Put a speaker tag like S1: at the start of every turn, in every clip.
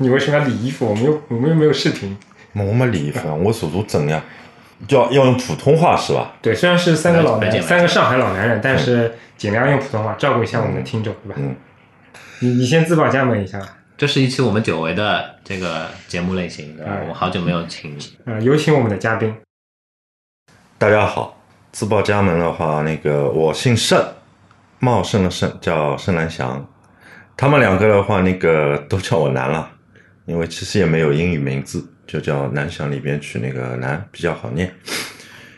S1: 你为什么要理衣服？我们又我们又没有视频。
S2: 我没理一分，我手足整呀，要要用普通话是吧？
S1: 对，虽然是三个老
S3: 来
S1: 男
S3: 来嗯
S1: 人，三个上海老男人，但是尽量用普通话照顾一下我们的听众，对吧？
S2: 嗯
S1: 你你先自报家门一下，
S3: 这是一期我们久违的这个节目类型，对吧
S1: 哎
S3: 我们好久没有请
S1: 呃，有请我们的嘉宾。
S2: 大家好，自报家门的话，那个我姓盛，茂盛的盛，叫盛兰祥。他们两个的话，那个都叫我南了，因为其实也没有英语名字，就叫南翔里边取那个南比较好念。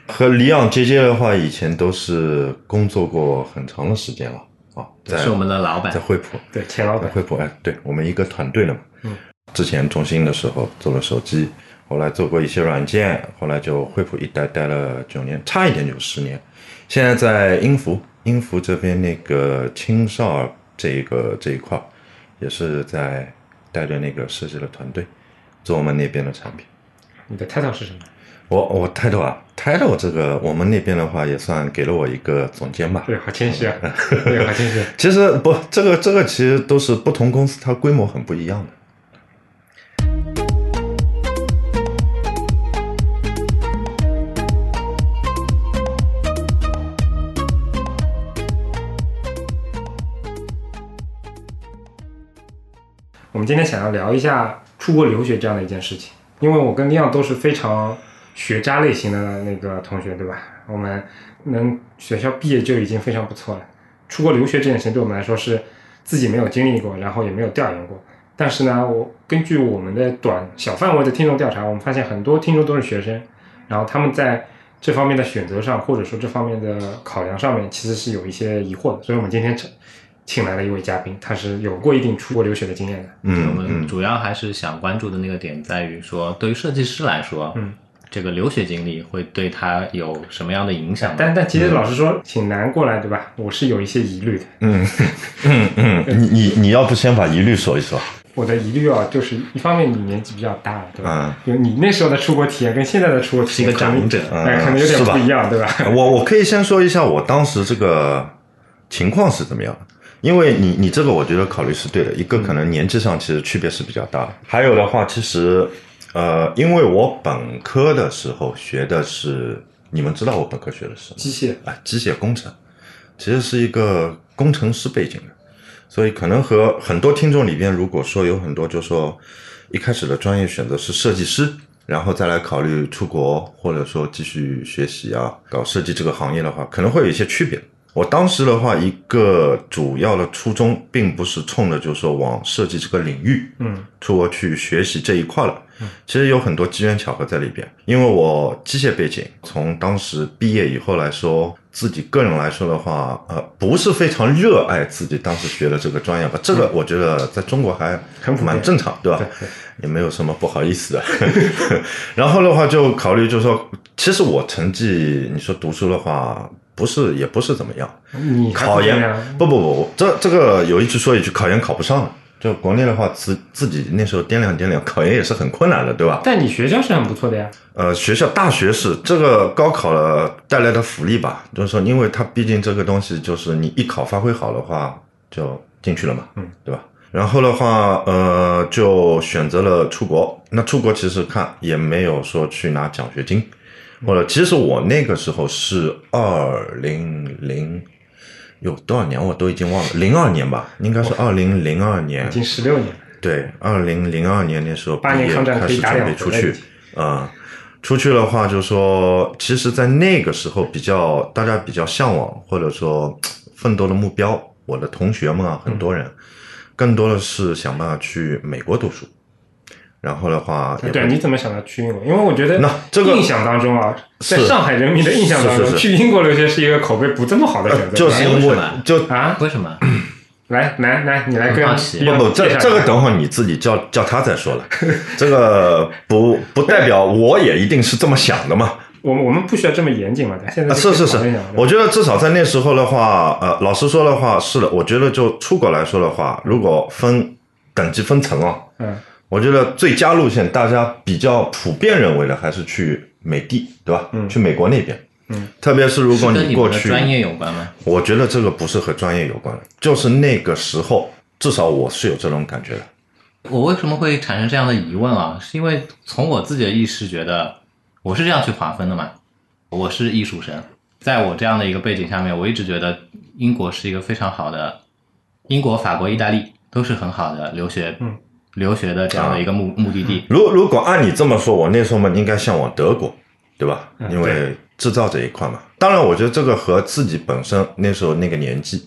S2: 和李昂姐姐的话，以前都是工作过很长的时间了啊，在
S3: 是我们的老板
S2: 在，惠普，
S1: 对，钱老
S2: 在
S1: 板，
S2: 惠普哎，对我们一个团队了嘛。
S1: 嗯。
S2: 之前中兴的时候做了手机，后来做过一些软件，后来就惠普一待待了九年，差一点就十年。现在在音符，音符这边那个青少儿这个这一块儿，也是在带着那个设计的团队做我们那边的产品。
S1: 你的 title 是什么？
S2: 我我 title 啊，title 这个我们那边的话也算给了我一个总监吧。
S1: 对，好谦 虚啊，对，好谦虚。
S2: 其实不，这个这个其实都是不同公司，它规模很不一样的。
S1: 我们今天想要聊一下出国留学这样的一件事情，因为我跟李昂都是非常学渣类型的那个同学，对吧？我们能学校毕业就已经非常不错了。出国留学这件事情对我们来说是自己没有经历过，然后也没有调研过。但是呢，我根据我们的短小范围的听众调查，我们发现很多听众都是学生，然后他们在这方面的选择上，或者说这方面的考量上面，其实是有一些疑惑的。所以我们今天请请来了一位嘉宾，他是有过一定出国留学的经验的。
S3: 对我
S2: 嗯
S3: 们
S2: 嗯，
S3: 主要还是想关注的那个点在于说，对于设计师来说，
S1: 嗯，
S3: 这个留学经历会对他有什么样的影响呢？
S1: 但但其实老实说，请南过来，对吧？我是有一些疑虑的。
S2: 嗯嗯，你你你要不先把疑虑说一说？
S1: 我的疑虑啊，就是一方面你年纪比较大了，对
S2: 嗯
S1: 吧？就你那时候的出国体验跟现在的出国体验
S3: 是一个
S1: 可能
S3: 长者
S1: 哎，可能有点
S2: 嗯是吧
S1: 不一样，对吧？
S2: 我我可以先说一下我当时这个情况是怎么样的，因为你你这个我觉得考虑是对的，一个可能年纪上其实区别是比较大的，还有的话其实呃，因为我本科的时候学的是，你们知道我本科学的是什么？
S1: 机械，
S2: 啊，机械工程，其实是一个工程师背景的，所以可能和很多听众里边，如果说有很多就说一开始的专业选择是设计师，然后再来考虑出国或者说继续学习啊，搞设计这个行业的话，可能会有一些区别。我当时的话，一个主要的初衷并不是冲着就是说往设计这个领域，
S1: 嗯
S2: 出国去学习这一块了。其实有很多机缘巧合在里边，因为我机械背景，从当时毕业以后来说，自己个人来说的话，呃，不是非常热爱自己当时学的这个专业吧。这个我觉得在中国还
S1: 嗯很普遍
S2: 蛮正常，对吧？
S1: 对对
S2: 也没有什么不好意思的。 然后的话就考虑，就是说，其实我成绩，你说读书的话，不是也不是怎么样，
S1: 你还
S2: 考
S1: 不一
S2: 研啊
S1: 样
S2: 不不不，这这个有一句说一句，考研考不上了。就国内的话，自自己那时候掂量掂量，考研也是很困难的，对吧？
S1: 但你学校是很不错的呀，
S2: 呃，学校大学是这个高考了带来的福利吧，就是说，因为它毕竟这个东西就是你一考发挥好的话就进去了嘛，
S1: 嗯，
S2: 对吧？然后的话，呃，就选择了出国。那出国其实看也没有说去拿奖学金，或者其实我那个时候是二零零有多少年我都已经忘了，零二年吧，应该是二零零二年
S1: 已，经十六年了，
S2: 对，二零零二年那时候毕
S1: 八年
S2: 业
S1: 抗战
S2: 开
S1: 可
S2: 始
S1: 以打
S2: 准
S1: 两
S2: 备
S1: 回
S2: 出
S1: 了已
S2: 去
S1: 经，
S2: 啊、出去的话就说，其实，在那个时候比较大家比较向往或者说奋斗的目标，我的同学们啊，很多
S1: 嗯
S2: 人、更多的是想办法去美国读书，然后的话也不
S1: 啊对，你怎么想到去英国？因为我觉得
S2: 那这个
S1: 印象当中啊，在
S2: 是
S1: 上海人民的印象当中，
S2: 是是是
S1: 去英国留学是一个口碑不这么好的选择，
S2: 呃就是
S3: 为
S2: 因
S3: 什
S2: 为
S3: 么
S2: 就
S1: 啊，
S3: 为什么？
S1: 来来来，你来跟
S3: 很好奇
S1: 李昂
S2: 啊不不，这
S1: 介绍一下
S2: 这个等会儿你自己叫叫他 再说了，这个不不代表我也一定是这么想的嘛。
S1: 我们我们不需要这么严谨嘛，现在
S2: 啊，是是是
S1: 可以讨论一下对吧，
S2: 我觉得至少在那时候的话，呃，老实说的话，是的，我觉得就出国来说的话，如果分等级分层啊，
S1: 嗯。
S2: 我觉得最佳路线大家比较普遍认为的还是去美帝，对吧？
S1: 嗯
S2: 去美国那边，
S1: 嗯，
S2: 特别是如
S3: 是
S2: 果
S3: 跟你
S2: 过
S3: 们的
S2: 去，
S3: 专业有关吗？
S2: 我觉得这个不是和专业有关的，就是那个时候，至少我是有这种感觉的。
S3: 我为什么会产生这样的疑问啊？是因为从我自己的意识觉得我是这样去划分的嘛，我是艺术生，在我这样的一个背景下面，我一直觉得英国是一个非常好的，英国、法国、意大利都是很好的留学，
S1: 嗯
S3: 留学的这样的一个目、目的地。
S2: 如如果按你这么说，我那时候嘛应该向往德国，对吧？
S1: 嗯
S2: 因为制造这一块嘛。当然，我觉得这个和自己本身那时候那个年纪，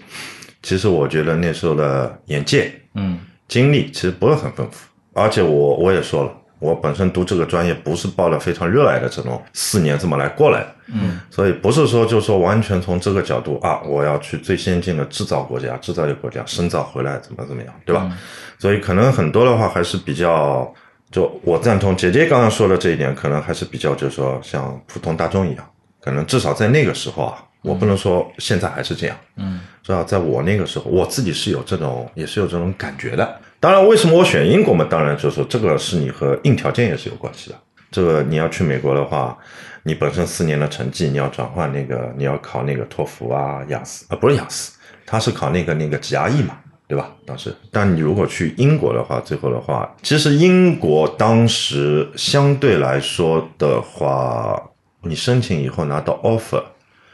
S2: 其实我觉得那时候的眼界、
S3: 嗯
S2: 经历其实不是很丰富。而且我我也说了，我本身读这个专业不是抱着非常热爱的这种四年这么来过来的，
S3: 嗯
S2: 所以不是说就说完全从这个角度啊，我要去最先进的制造国家、制造业国家深造回来，怎么怎么样，对吧？
S3: 嗯
S2: 所以可能很多的话还是比较，就我赞同姐姐刚刚说的这一点，可能还是比较就是说像普通大众一样，可能至少在那个时候啊，我不能说现在还是这样，
S3: 嗯
S2: 至少在我那个时候，我自己是有这种也是有这种感觉的。当然，为什么我选英国嘛？当然就是说这个是你和硬条件也是有关系的。这个你要去美国的话，你本身四年的成绩，你要转换那个，你要考那个托福啊、雅思啊，不是雅思，他是考那个那个 GRE 嘛，对吧？当时，但你如果去英国的话，最后的话，其实英国当时相对来说的话，你申请以后拿到 offer，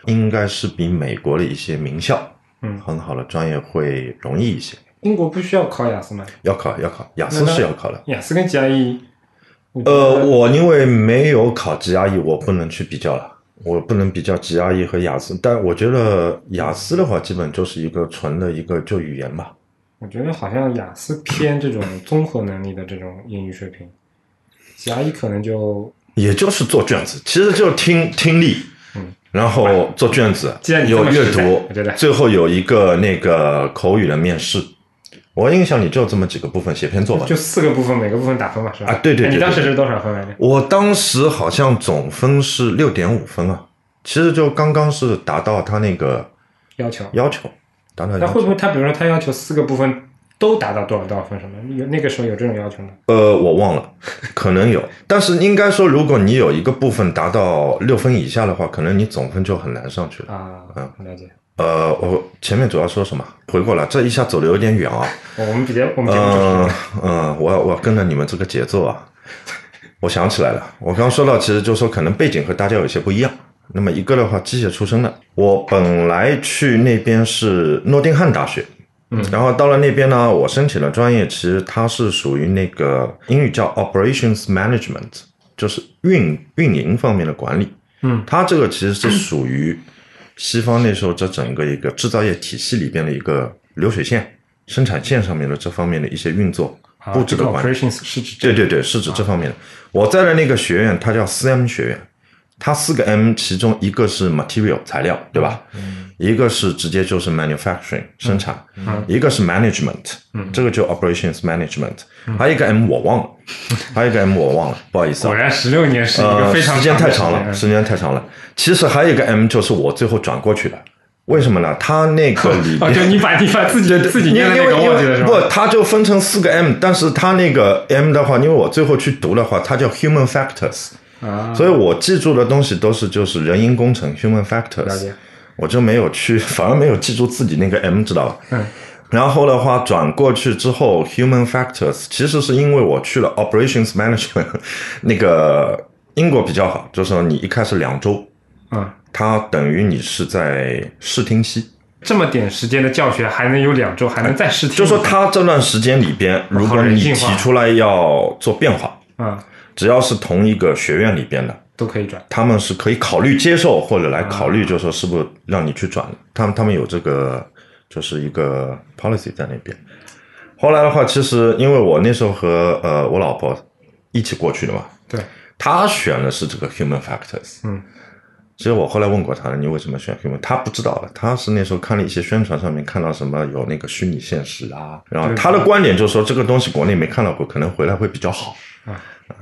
S2: 应该是比美国的一些名校，
S1: 嗯
S2: 很好的专业会容易一些。
S1: 英国不需要考雅思吗？
S2: 要考要考，雅思是要考的。
S1: 雅思跟 GRE，我觉
S2: 呃，
S1: 得
S2: 我因为没有考 GRE，我不能去比较了，我不能比较 GRE 和雅思。但我觉得雅思的话，基本就是一个纯的一个就语言吧。
S1: 我觉得好像雅思偏这种综合能力的这种英语水平，GRE 可能就
S2: 也就是做卷子，其实就是听听力，
S1: 嗯，啊
S2: 然后做卷子
S1: 既然，你这
S2: 有
S1: 么
S2: 阅
S1: 实在
S2: 读
S1: 我觉得，
S2: 最后有一个那个口语的面试。我印象里就这么几个部分，写篇作文
S1: 就。四个部分，每个部分打分嘛，是吧？
S2: 啊对对
S1: 哎
S2: 对
S1: 你当
S2: 对
S1: 时
S2: 对
S1: 是多少分来着？
S2: 我当时好像总分是六点五分啊，其实就刚刚是达到他那个
S1: 要求？
S2: 要求，达到
S1: 那
S2: 要
S1: 会不
S2: 求。
S1: 会他比如说他要求四个部分都达到多少多少分什么？有那个时候有这种要求吗？
S2: 呃，我忘了，可能有，但是应该说，如果你有一个部分达到六分以下的话，可能你总分就很难上去了。
S1: 啊，
S2: 嗯
S1: 了解。
S2: 呃，我前面主要说什么？回过来，这一下走的有点远啊。
S1: 我们比较我们节目主持人
S2: 嗯嗯，我要我要跟着你们这个节奏啊。我想起来了，我刚刚说到，其实就说可能背景和大家有些不一样。那么一个的话，机械出身的，我本来去那边是诺丁汉大学，
S1: 嗯
S2: 然后到了那边呢，我申请的专业其实它是属于那个英语叫 operations management，就是运运营方面的管理。
S1: 嗯，
S2: 它这个其实是属于西方那时候这整个一个制造业体系里边的一个流水线、生产线上面的这方面的一些运作
S1: 啊
S2: 布置
S1: 这
S2: 的
S1: 个
S2: 管理。
S1: operations 是指
S2: 对对对，是
S1: 啊
S2: 指这方面的。我在的那个学院，它叫四 M 学院，它四个 M 其中一个是 material 材料，对吧？一个是直接就是 manufacturing 生产，
S1: 嗯
S2: 一个是 management，、这个就 operations management，、还
S1: 嗯
S2: 有一个 M 我忘 了，还有一个 M 我忘了，不好意思啊
S1: 果。然十六年是一个
S2: 呃，
S1: 非常
S2: 时间太长
S1: 长的
S2: 了，
S1: 时
S2: 时间太长了。其实还有一个 M 就是我最后转过去的，为什么呢？它那 个里
S1: 间 哦，就
S2: 边。
S1: 你把你把自己 自己
S2: 因
S1: 念
S2: 为
S1: 的
S2: 因
S1: 那
S2: 为
S1: 个忘记
S2: 因
S1: 了
S2: 为
S1: 是
S2: 不
S1: 吧？，
S2: 它就分成四个 M，但是它那个 M 的话，因为我最后去读的话，它叫 Human Factors，
S1: 啊，
S2: 所以我记住的东西都是就是人因工程 Human
S1: 了
S2: Factors
S1: 解。
S2: 我就没有去， 反而没有记住自己那个 M，知道吧？
S1: 嗯。
S2: 然后的话，转过去之后，Human Factors 其实是因为我去了 Operations Management，那 个英国比较好，就是说你一开始两周，
S1: 嗯，
S2: 它等于你是在试听期，
S1: 这么点时间的教学还能有两周，还能再试听，
S2: 就说它这段时间里边，如
S1: 嗯好
S2: 果
S1: 人
S2: 你
S1: 性
S2: 提
S1: 化
S2: 出来要做变化，
S1: 啊
S2: 只要是同一个学院里边的，
S1: 都可以转。
S2: 他们是可以考虑接受或者来考虑，就是说是不是让你去转，他们他们有这个就是一个 policy 在那边。后来的话，其实因为我那时候和呃我老婆一起过去的嘛，
S1: 对，
S2: 她选的是这个 human factors。
S1: 嗯，
S2: 其实我后来问过她了，你为什么选 human？她不知道了，她是那时候看了一些宣传上面看到什么有那个虚拟现实啊，然后
S1: 对
S2: 她的观点就是说这个东西国内没看到过，可能回来会比较好。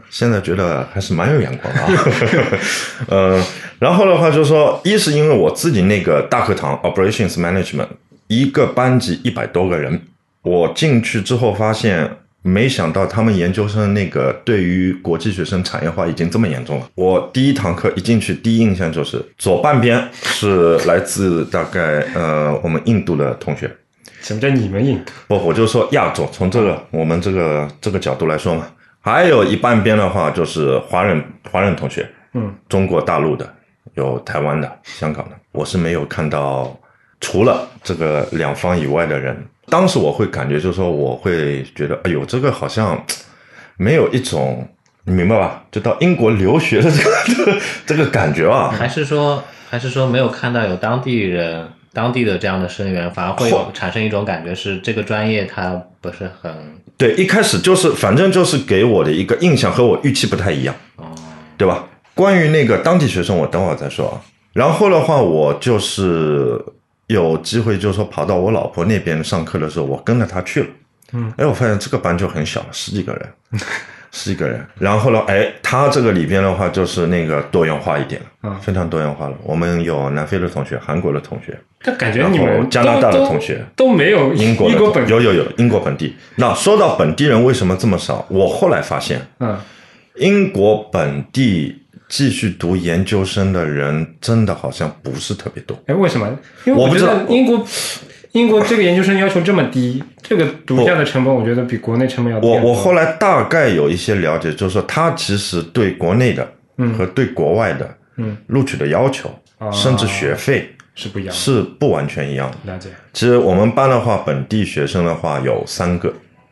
S2: 现在觉得还是蛮有眼光的啊。 呃，然后的话就是说，一是因为我自己那个大课堂 operations management 一个班级一百多个人，我进去之后发现。没想到他们研究生那个对于国际学生产业化已经这么严重了。我第一堂课一进去，第一印象就是左半边是来自大概呃我们印度的同学，
S1: 什么叫你们印度？
S2: 不，我就说亚洲，从这个我们这个这个角度来说嘛，还有一半边的话就是华人华人同学，
S1: 嗯，
S2: 中国大陆的，有台湾的、香港的，我是没有看到除了这个两方以外的人。当时我会感觉就是说，我会觉得，哎呦，这个好像没有一种，你明白吧？就到英国留学的这个这个这个感觉啊，
S3: 还是说还是说没有看到有当地人当地的这样的生源，反而会有产生一种感觉是这个专业它不是很
S2: 对，一开始就是，反正就是给我的一个印象和我预期不太一样，
S3: 哦，
S2: 对吧？关于那个当地学生，我等会儿再说啊。然后的话，我就是有机会，就是说跑到我老婆那边上课的时候，我跟着她去了。
S1: 嗯，
S2: 哎，我发现这个班就很小了，十几个人， 十几个人。然后呢，哎，他这个里边的话就是那个多元化一点了，
S1: 嗯
S2: 非常多元化了。我们有南非的同学、韩国的同学，
S1: 但感觉
S2: 然
S1: 你
S2: 后
S1: 们
S2: 加拿大的
S1: 都
S2: 同学，
S1: 都都没有
S2: 英国的
S1: 英国本
S2: 有有有英国本地。那说到本地人为什么这么少，我后来发现，
S1: 嗯
S2: 英国本地继续读研究生的人真的好像不是特别多。
S1: 哎，为什么？因为
S2: 我不
S1: 觉
S2: 知道
S1: 得英国英国这个研究生要求这么低，这个读下的成本，我觉得比国内成本要低
S2: 我
S1: 很多。
S2: 我后来大概有一些了解，就是说他其实对国内的和对国外的
S1: 嗯
S2: 录取的要求，
S1: 啊
S2: 甚至学费
S1: 是不一样的，
S2: 是不完全一样的。
S1: 了解。
S2: 其实我们班的话，本地学生的话有三个，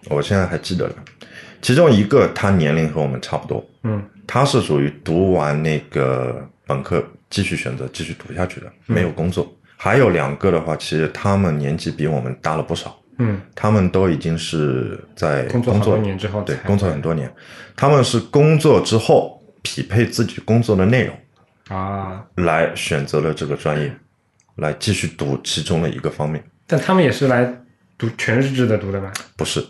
S2: 我现在还记得了，其中一个他年龄和我们差不多，
S1: 嗯
S2: 他是属于读完那个本科继续选择继续读下去的，
S1: 嗯
S2: 没有工作。还有两个的话，其实他们年纪比我们大了不少，
S1: 嗯，
S2: 他们都已经是在
S1: 工
S2: 工
S1: 作
S2: 作
S1: 好多年之后才
S2: 对，工作很多年。他们是工作之后匹配自己工作的内容，
S1: 啊，
S2: 来选择了这个专业，来继续读其中的一个方面。
S1: 但他们也是来读全日制的读的吧？
S2: 不是，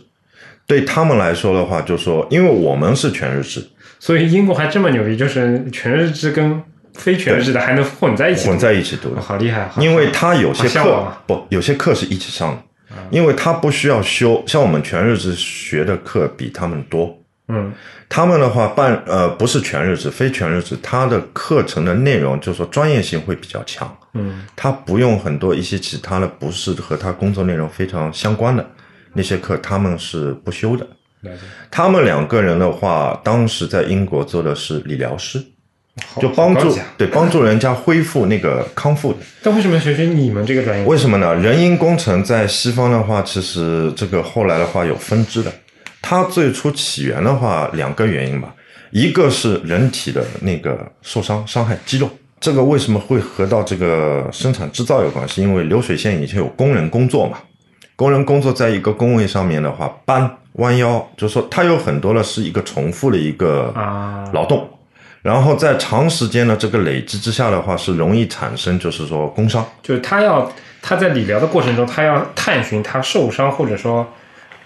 S2: 对他们来说的话，就说因为我们是全日制，
S1: 所以英国还这么牛逼，就是全日制跟非全日制的还能混在一起，
S2: 混在一起读的
S1: 哦，好厉害！好
S2: 因为他有些
S1: 好向
S2: 课、
S1: 往啊
S2: 不，有些课是一起上的，因为他不需要修，像我们全日制学的课比他们多。
S1: 嗯
S2: 他们的话办呃不是全日制，非全日制，他的课程的内容就是说专业性会比较强，
S1: 嗯
S2: 他不用很多一些其他的不是和他工作内容非常相关的那些课，他们是不修的。
S1: 了解，
S2: 他们两个人的话，当时在英国做的是理疗师，
S1: 好
S2: 就帮
S1: 好高
S2: 助
S1: 级啊
S2: 对帮助人家恢复那个康复的。
S1: 但为什么要学学你们这个专业？
S2: 为什么呢？人因工程在西方的话，其实这个后来的话有分支的。它最初起源的话，两个原因吧，一个是人体的那个受伤伤害肌肉，这个为什么会和到这个生产制造有关系？因为流水线以前有工人工作嘛，工人工作在一个工位上面的话，搬弯腰，就是说它有很多的是一个重复的一个
S1: 啊
S2: 劳动，然后在长时间的这个累积之下的话，是容易产生就是说工伤。
S1: 就是他要他在理疗的过程中，他要探寻他受伤或者说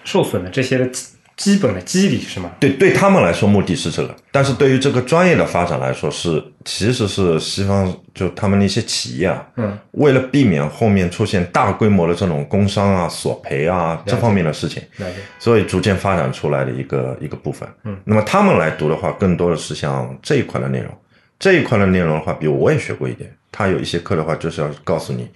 S1: 受损的这些的基基本的机理是吗？
S2: 对，对他们来说目的是这个，但是对于这个专业的发展来说是，其实是西方就他们那些企业啊，
S1: 嗯，
S2: 为了避免后面出现大规模的这种工伤啊、索赔啊这方面的事情，
S1: 了解。
S2: 所以逐渐发展出来的一个一个部分。
S1: 嗯，
S2: 那么他们来读的话，更多的是像这一块的内容，这一块的内容的话，比如我也学过一点，它有一些课的话，就是要告诉你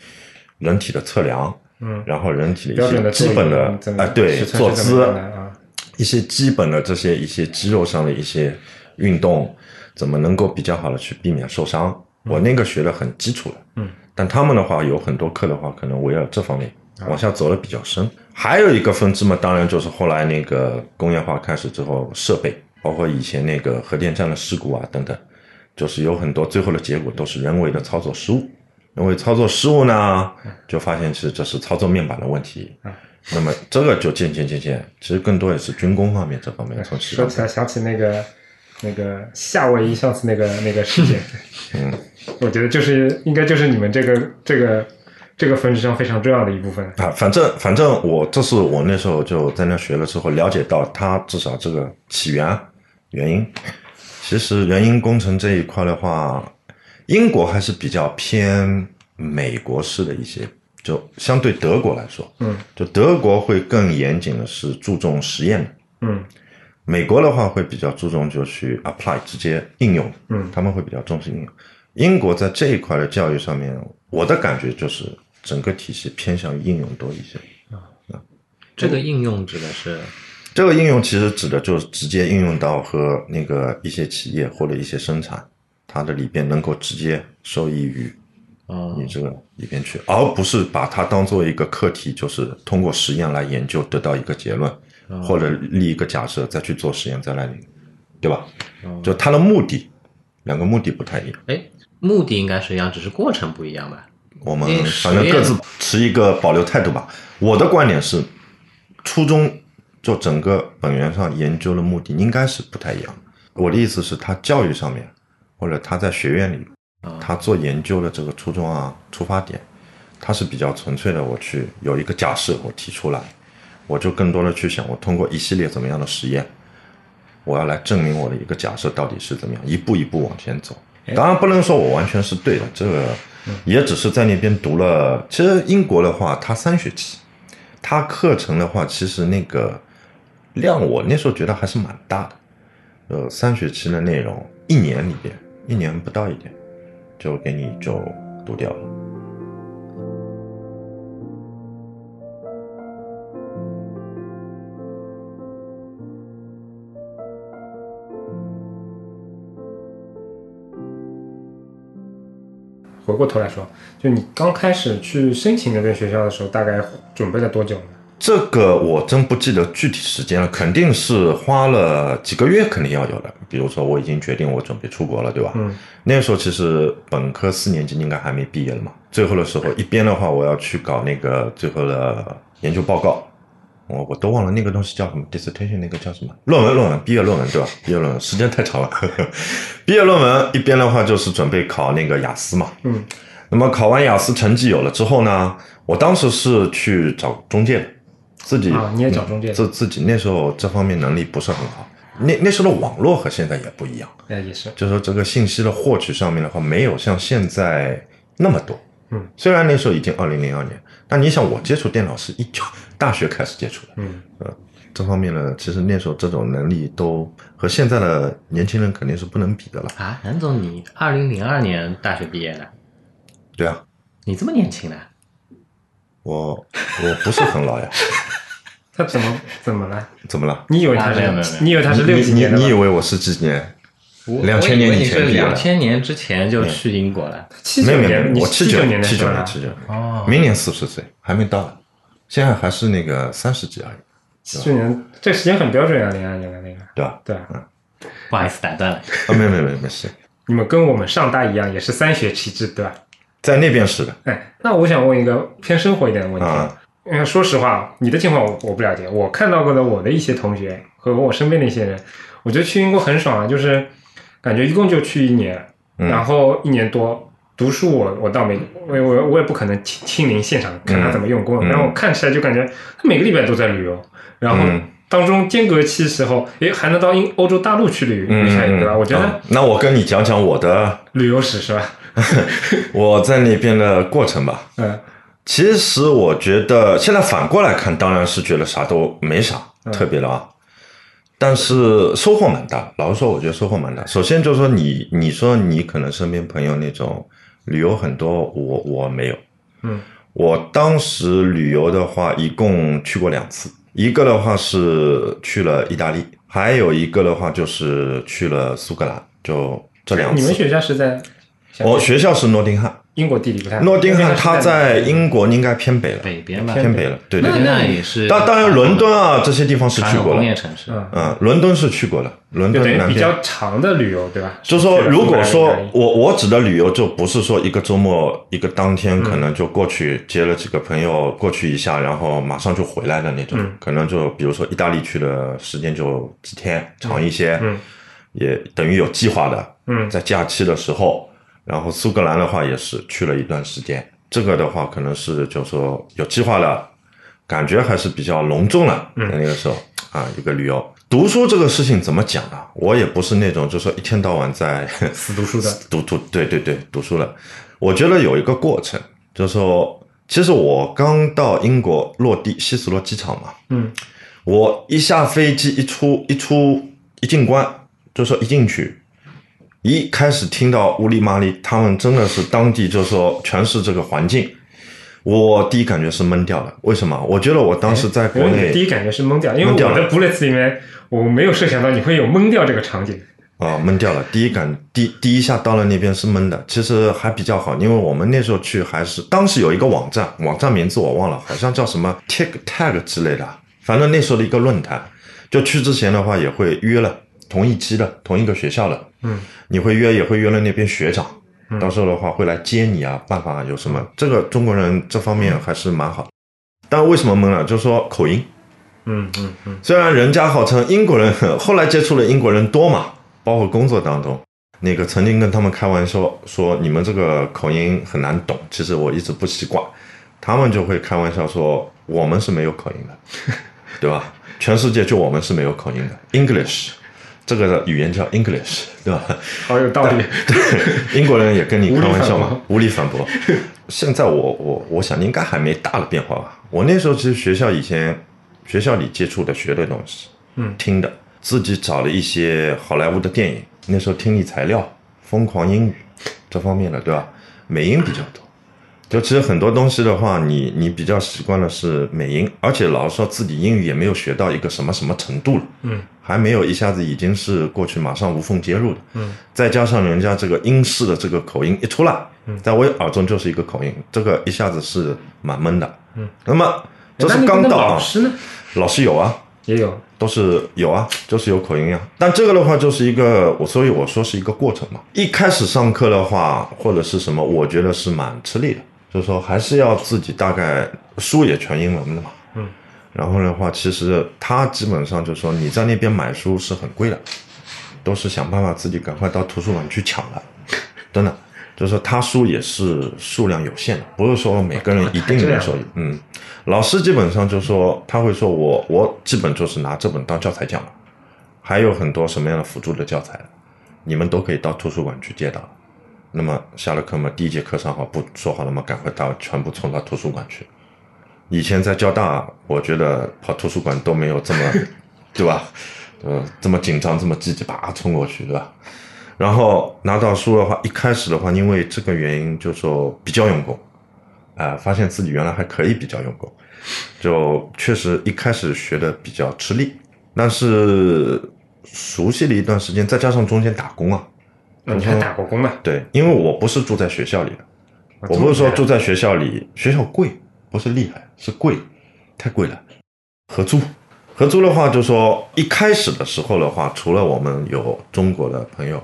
S2: 人体的测量。
S1: 嗯，
S2: 然后人体的
S1: 标
S2: 一
S1: 准
S2: 些
S1: 的
S2: 基本的
S1: 作用
S2: 啊、
S1: 嗯
S2: 对，
S1: 尺寸
S2: 坐
S1: 是
S2: 姿
S1: 怎么样的啊，
S2: 一些基本的这些一些肌肉上的一些运动，怎么能够比较好的去避免受伤？我那个学的很基础的，
S1: 嗯，
S2: 但他们的话有很多课的话，可能围绕这方面往下走的比较深。还有一个分支嘛，当然就是后来那个工业化开始之后，设备包括以前那个核电站的事故啊等等，就是有很多最后的结果都是人为的操作失误。因为操作失误呢，就发现是这是操作面板的问题。那么这个就渐渐渐渐，其实更多也是军工方面这方面从西
S1: 说
S2: 方
S1: 起来想起那个那个夏威夷上次那个 那个事件，嗯，我觉得就是应该就是你们这个这个这个分支上非常重要的一部分。
S2: 啊，反正反正我这是我那时候就在那学了之后了解到，它至少这个起源啊原因，其实原因工程这一块的话，英国还是比较偏美国式的一些，就相对德国来说，
S1: 嗯，
S2: 就德国会更严谨的是注重实验的，
S1: 嗯
S2: 美国的话会比较注重就去 apply 直接应用，
S1: 嗯
S2: 他们会比较重视应用。英国在这一块的教育上面，我的感觉就是整个体系偏向于应用多一些。
S3: 这个应用指的是
S2: 这个应用其实指的就是直接应用到和那个一些企业或者一些生产，它的里边能够直接受益于
S3: 嗯
S2: 你这个里边去，而不是把它当做一个课题，就是通过实验来研究得到一个结论，或者立一个假设再去做实验再来，对吧？就它的目的，两个目的不太一样。
S3: 哎，目的应该是一样，只是过程不一样吧？
S2: 我们
S3: 因为
S2: 反正
S3: 实验
S2: 各自持一个保留态度吧。我的观点是，初衷就整个本源上研究的目的应该是不太一样。我的意思是，他教育上面，或者他在学院里，
S3: 啊
S2: 他做研究的这个初衷啊、出发点，他是比较纯粹的。我去有一个假设，我提出来，我就更多的去想，我通过一系列怎么样的实验，我要来证明我的一个假设到底是怎么样，一步一步往前走。当然不能说我完全是对的，这个也只是在那边读了。其实英国的话，它三学期，它课程的话，其实那个量我那时候觉得还是蛮大的。呃，三学期的内容，一年里边，一年不到一点，就给你就读掉了。
S1: 回过头来说，就你刚开始去申请那边学校的时候，大概准备了多久呢？
S2: 这个我真不记得具体时间了，肯定是花了几个月，肯定要有的。比如说，我已经决定我准备出国了，对吧？
S1: 嗯，
S2: 那时候其实本科四年级应该还没毕业了嘛。最后的时候，一边的话，我要去搞那个最后的研究报告，我我都忘了那个东西叫什么，dissertation 那个叫什么论文，论文，毕业论文对吧？毕业论文时间太长了， 毕业论文一边的话就是准备考那个雅思嘛。
S1: 嗯，
S2: 那么考完雅思成绩有了之后呢，我当时是去找中介的，自己嗯
S1: 啊你也找中介的
S2: 自自己那时候这方面能力不是很好，那那时候的网络和现在也不一样。
S1: 哎，也是，
S2: 就是说这个信息的获取上面的话，没有像现在那么多。
S1: 嗯，
S2: 虽然那时候已经二零零二年，但你想，我接触电脑是一九大学开始接触的，呃
S1: 嗯，
S2: 这方面呢，其实那时候这种能力都和现在的年轻人肯定是不能比的了。
S3: 啊，南总，你二零零二年大学毕业的，
S2: 对啊，
S3: 你这么年轻的，
S2: 我我不是很老呀，
S1: 他怎么怎么了？
S2: 怎么了？
S1: 你以为他
S3: 啊没有没有
S1: 是
S3: 没有
S1: 你以为他是
S2: 你
S1: 六几年的
S2: 你
S1: 吗
S2: 你以为我是几几年？
S3: 我
S2: 2000年
S3: 我以为你
S2: 以前
S3: 是
S2: 毕业的嗯
S3: 两千年之前就去英国了。
S1: 七
S2: 没
S1: 九
S2: 有没有没
S1: 年，
S2: 有，
S1: 你
S2: 我
S1: 七
S2: 七九
S1: 年的
S2: 七
S1: 时
S2: 九
S1: 候
S2: 年
S1: 啊，
S2: 七九年，
S3: 哦
S2: 明年四十岁还没到呢，现在还是那个三十几而已，
S1: 七九年，这个时间很标准啊，零二年的那个，
S2: 对吧？
S1: 对啊，
S3: 不好意思打断了，
S2: 啊，没有没有没有没事，
S1: 你们跟我们上大一样，也是三学期制，对吧？
S2: 在那边是的
S1: 哎，那我想问一个偏生活一点的问题。
S2: 啊。
S1: 因呃为说实话，你的情况我我不了解，我看到过的我的一些同学和我身边的一些人，我觉得去英国很爽啊，就是感觉一共就去一年，
S2: 嗯
S1: 然后一年多读书我我倒没我我我也不可能亲亲临现场看他怎么用功，
S2: 嗯
S1: 然后我看起来就感觉他每个礼拜都在旅游，然后
S2: 嗯
S1: 当中间隔期时候，诶还能到英欧洲大陆去旅游一下，对吧？我觉
S2: 嗯
S1: 得
S2: 那我跟你讲讲我的
S1: 旅游史是吧？
S2: 我在那边的过程吧。
S1: 嗯
S2: 其实我觉得现在反过来看，当然是觉得啥都没啥
S1: 嗯
S2: 特别的啊，但是收获蛮大。老实说，我觉得收获蛮大。首先就是说你，你说你可能身边朋友那种旅游很多，我我没有。
S1: 嗯
S2: 我当时旅游的话，一共去过两次，一个的话是去了意大利，还有一个的话就是去了苏格兰，就这两次。
S1: 你们学校是在
S2: 我学校是诺丁汉，
S1: 英国地理不太好
S2: 诺丁汉它
S1: 哪
S2: 在
S1: 里
S2: 英国应该偏北了，
S3: 北边吧，
S1: 啊
S2: 偏北了，对对
S3: 那
S2: 对。
S3: 那也是。
S2: 当当然，伦敦啊这些地方是
S3: 传
S2: 去
S3: 统
S2: 过
S3: 工业
S2: 了，
S3: 城市，
S1: 嗯。
S2: 嗯，伦敦是去过了，伦
S1: 就嗯
S2: 敦
S1: 等于
S2: 嗯南
S1: 比
S2: 边。
S1: 较长的旅游，对吧？
S2: 就说，
S1: 去了
S2: 如果
S1: 苏
S2: 说
S1: 格兰
S2: 我我指的旅游，就不是说一个周末一个当天，
S1: 嗯
S2: 可能就过去接了几个朋友过去一下，然后马上就回来的那种，
S1: 嗯
S2: 可能就比如说意大利去的时间就几天长一些，
S1: 嗯
S2: 也等于有计划的，
S1: 嗯
S2: 在假期的时候，然后苏格兰的话也是去了一段时间，这个的话可能是就说有计划的，感觉还是比较隆重了，在那个时候啊，一个旅游。读书这个事情怎么讲啊？我也不是那种就说一天到晚在
S1: 死读书的，
S2: 读读对对对读书了。我觉得有一个过程，就是说，其实我刚到英国落地希斯罗机场嘛，
S1: 嗯，
S2: 我一下飞机一出一出一进关，就说一进去，一开始听到乌里麻里，他们真的是当地就说全是这个环境，我第一感觉是懵掉了。为什么？我觉得我当时在
S1: 因
S2: 国
S1: 为你的哎第
S2: 内
S1: 一感觉是懵掉，因为
S2: 懵掉
S1: 我
S2: 了
S1: 的 bullets 里面我没有设想到你会有懵掉这个场景。
S2: 啊、懵掉了，第一感第第一下到了那边是懵的，其实还比较好，因为我们那时候去还是当时有一个网站，网站名字我忘了，好像叫什么 Tag Tag 之类的，啊反正那时候的一个论坛。就去之前的话也会约了同一期的同一个学校的，
S1: 嗯，
S2: 你会约也会约了那边学长，到时候的话会来接你啊，办法啊有什么？这个中国人这方面还是蛮好，但为什么懵了？就是说口音，
S1: 嗯嗯嗯，
S2: 虽然人家号称英国人， 后来接触了英国人多嘛，包括工作当中，那个曾经跟他们开玩笑说你们这个口音很难懂，其实我一直不习惯，他们就会开玩笑说我们是没有口音的， 对吧？全世界就我们是没有口音的，English。这个语言叫 English，对吧？
S1: 好有道理。
S2: 对， 英国人也跟你开玩笑嘛，无
S1: 无
S2: 力反驳。 现在我我我想应该还没大的变化吧。我那时候其实学校以前学校里接触的学的东西，
S1: 嗯
S2: 听的，自己找了一些好莱坞的电影，那时候听力材料、疯狂英语这方面的，对吧？美音比较多。就其实很多东西的话，你你比较习惯的是美音，而且老实说自己英语也没有学到一个什么什么程度了，
S1: 嗯，
S2: 还没有一下子已经是过去马上无缝接入的，
S1: 嗯，
S2: 再加上人家这个英式的这个口音一出来，
S1: 嗯
S2: 在我耳中就是一个口音，这个一下子是蛮闷的，
S1: 嗯，哎
S2: 那么这
S1: 那
S2: 是
S1: 你
S2: 刚
S1: 们的
S2: 到啊
S1: 老，师呢
S2: 老师有啊，
S1: 也有，
S2: 都是有啊，就是有口音呀、但这个的话，就是一个我，所以我说是一个过程嘛。一开始上课的话，或者是什么，我觉得是蛮吃力的，就是说还是要自己大概书也全英文的嘛。
S1: 嗯。
S2: 然后的话，其实他基本上就说你在那边买书是很贵的，都是想办法自己赶快到图书馆去抢的，真的。就是说，他书也是数量有限的，不是说每个人一定
S1: 这
S2: 能
S1: 样
S2: 说，嗯，老师基本上就说，他会说我我基本就是拿这本当教材讲了，还有很多什么样的辅助的教材，你们都可以到图书馆去借到。那么下了课嘛，第一节课上好不说好了嘛，赶快到全部冲到图书馆去。以前在交大，我觉得跑图书馆都没有这么，对吧？呃，这么紧张，这么积极，啪冲过去，对吧？然后拿到书的话，一开始的话，因为这个原因，就说比较用功，啊、发现自己原来还可以比较用功，就确实一开始学的比较吃力，但是熟悉了一段时间，再加上中间打工啊，
S1: 那你还打过工呢？
S2: 对，因为我不是住在学校里的，我不是说住在学校里，学校贵，不是厉害，是贵，太贵了。合租，合租的话，就说一开始的时候的话，除了我们有中国的朋友，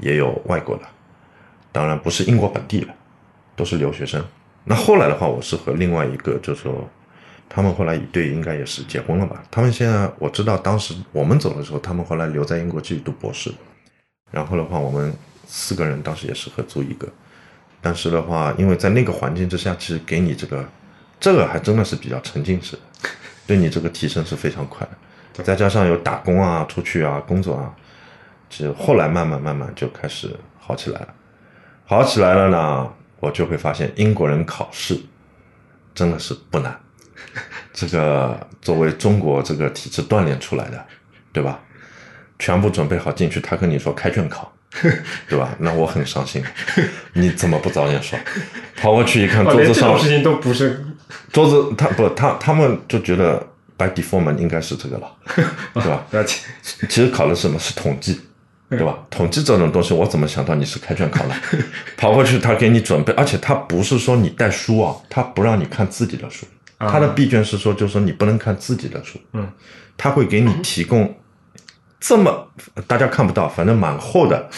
S2: 也有外国的，当然不是英国本地的，都是留学生。那后来的话，我是和另外一个，就说他们后来一对应该也是结婚了吧？他们现在我知道，当时我们走的时候，他们后来留在英国继续读博士。然后的话，我们四个人当时也是合租一个，但是的话，因为在那个环境之下，其实给你这个，这个还真的是比较沉浸式的，对你这个提升是非常快的。再加上有打工啊、出去啊、工作啊，其实后来慢慢慢慢就开始好起来了。好起来了呢，我就会发现英国人考试真的是 不难。这个作为中国这个体制锻炼出来的，对吧？全部准备好进去，他跟你说开 卷考，对吧？那我很伤心，啊你怎么不早点说？跑过去一看，
S1: 哦，
S2: 桌
S1: 连这
S2: 子上、
S1: 种事情都不是
S2: 桌子他不他他们就觉得 by default 们应该是这个了，对吧？
S1: 不要紧，
S2: 其实考的是什么是统计，
S1: 嗯
S2: 对吧？统计这种东西，我怎么想到你是开卷考的？跑过去他给你准备，而且他不是说你带书啊，他不让你看自己的书，
S1: 啊
S2: 他的闭卷是说，就是说你不能看自己的书，
S1: 嗯，
S2: 他会给你提供这么大家看不到，反正蛮厚的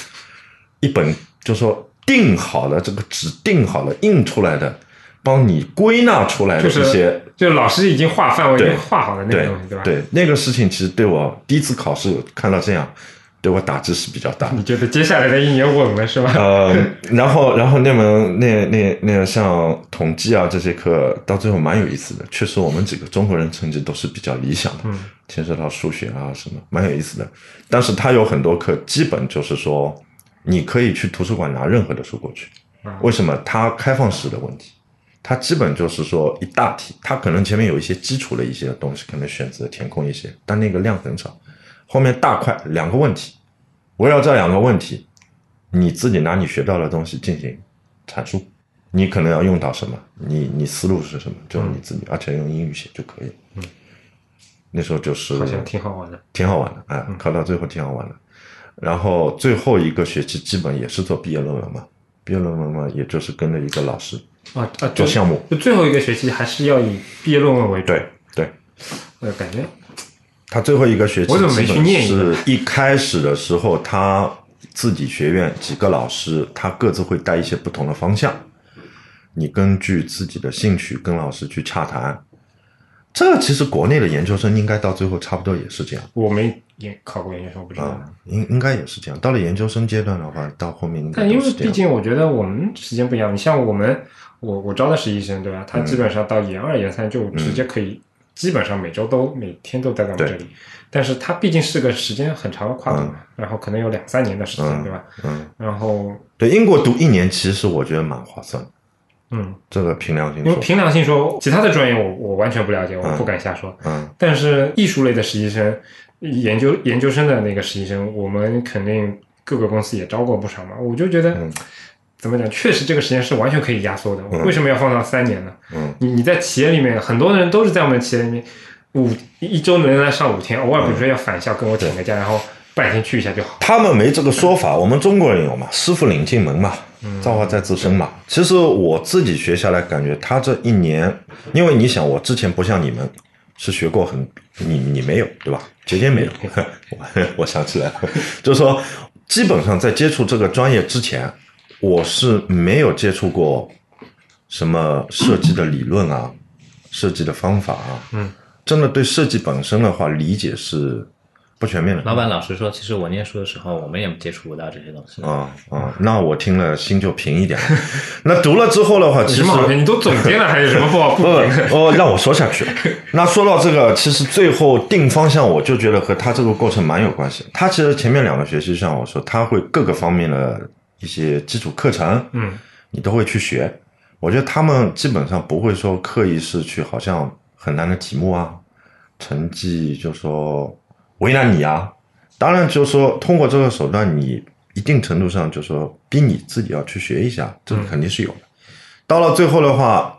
S2: 一本，就说定好了这个指定好了印出来的，帮你归纳出来的
S1: 就
S2: 一
S1: 是
S2: 些。
S1: 就是老师已经画范围，已
S2: 对
S1: 经画好了那个
S2: 对
S1: 东西，对吧？，
S2: 对，那个事情其实对我第一次考试看到这样，对我打击是比较大的。
S1: 你觉得接下来的一年稳了是吧？
S2: 呃， 然后然后那门那那那个像统计啊这些课，到最后蛮有意思的。确实，我们几个中国人成绩都是比较理想的，
S1: 嗯
S2: 牵涉到数学啊什么，蛮有意思的。但是它有很多课，基本就是说，你可以去图书馆拿任何的书过去。
S1: 啊
S2: 为什么？它开放式的问题，它基本就是说一大题，它可能前面有一些基础的一些东西，可能选择填空一些，但那个量很少。后面大块两个问题，围绕这两个问题，你自己拿你学到的东西进行阐述，你可能要用到什么，你你思路是什么，
S1: 嗯
S2: 只有你自己，而且用英语写就可以。嗯，那时候就 是
S1: 好像挺好玩的。
S2: 挺好玩的，哎，
S1: 嗯
S2: 考到最后挺好玩的。然后最后一个学期基本也是做毕业论文嘛，毕业论文嘛，也就是跟着一个老师
S1: 啊啊，
S2: 做
S1: 就
S2: 项目。
S1: 就最后一个学期还是要以毕业论文为主。
S2: 对对，
S1: 呃，感觉
S2: 他最后一个学期
S1: 我怎么没去念
S2: 基
S1: 一个
S2: 本是一开始的时候，他自己学院几个老师，他各自会带一些不同的方向，你根据自己的兴趣跟老师去洽谈。这其实国内的研究生应该到最后差不多也是这样。
S1: 我没研考过研究生，我不知道。
S2: 啊，应应该也是这样。到了研究生阶段的话，到后面应该
S1: 但因
S2: 都
S1: 为
S2: 是这
S1: 毕
S2: 样。
S1: 竟我觉得我们时间不一样，你像我们，我我招的实习生对吧？他
S2: 嗯
S1: 基本上到研二、研三就直接可以，基本上每周都每天都待在我们
S2: 对
S1: 这里。但是他毕竟是个时间很长的跨度嘛，然后可能有两三年的时间、
S2: 嗯
S1: 对吧？
S2: 嗯，
S1: 然后
S2: 对，英国读一年其实我觉得蛮划算的，
S1: 嗯，
S2: 这个凭良心
S1: 因为
S2: 说，
S1: 凭良心说，其他的专业我我完全不了解，我
S2: 嗯
S1: 不敢瞎说。
S2: 嗯
S1: 但是艺术类的实习生，研究研究生的那个实习生，我们肯定各个公司也招过不少嘛。我就觉得，
S2: 嗯
S1: 怎么讲，确实这个时间是完全可以压缩的。
S2: 嗯
S1: 为什么要放到三年呢？
S2: 嗯，
S1: 你你在企业里面，很多人都是在我们企业里面五一周能来上五天，偶尔比如说要返校，跟我请个
S2: 嗯
S1: 假，然后半天去一下就好。
S2: 他们没这个说法，我们中国人有嘛，师傅领进门嘛，造化在自身嘛。其实我自己学下来，感觉他这一年，因为你想，我之前不像你们，是学过很，你你没有对吧？杰杰没有，我我想起来了，就是说，基本上在接触这个专业之前，我是没有接触过什么设计的理论啊，设计的方法啊，
S1: 嗯，
S2: 真的对设计本身的话理解是不全面的。
S3: 老板老实说，其实我念书的时候，我们也接触不到这些东西。
S2: 啊啊，那我听了心就平一点。 那读了之后的话，其
S1: 什
S2: 实
S1: 么好评？你都总结了，还有什么不好不
S2: 不
S1: 好？
S2: 哦，让我说下去。 那说到这个，其实最后定方向，我就觉得和他这个过程蛮有关系。他其实前面两个学期，像我说，他会各个方面的一些基础课程，
S1: 嗯，
S2: 你都会去学。我觉得他们基本上不会说刻意是去好像很难的题目啊，成绩就说为难你啊。当然，就说通过这个手段，你一定程度上就说逼你自己要去学一下，这个肯定是有的。到了最后的话，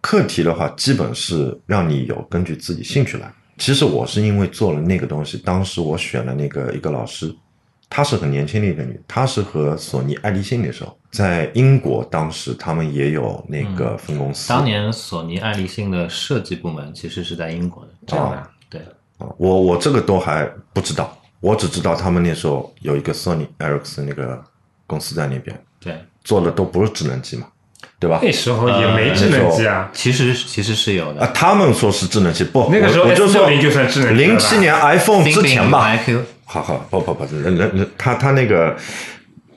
S2: 课题的话，基本是让你有根据自己兴趣来。其实我是因为做了那个东西，当时我选了那个一个老师，她是很年轻的一个女，她是和索尼爱立信那时候在英国，当时他们也有那个分公司。
S3: 当年索尼爱立信的设计部门其实是在英国的，
S1: 这样的啊
S3: 对，
S2: 啊，我我这个都还不知道，我只知道他们那时候有一个 Sony Ericsson 那个公司在那边
S3: 对，
S2: 做的都不是智能机嘛，对吧？
S1: 那时候也没智能机啊，
S3: 其实其实是有
S2: 啊
S3: 的。，
S2: 他们说是智能机，不，
S1: 那个时候
S2: 我我就说
S1: S60 就算智能机了吧
S2: 零七年 iPhone 之前吧，
S3: IQ
S2: 好好，不不不，人人人，他他那个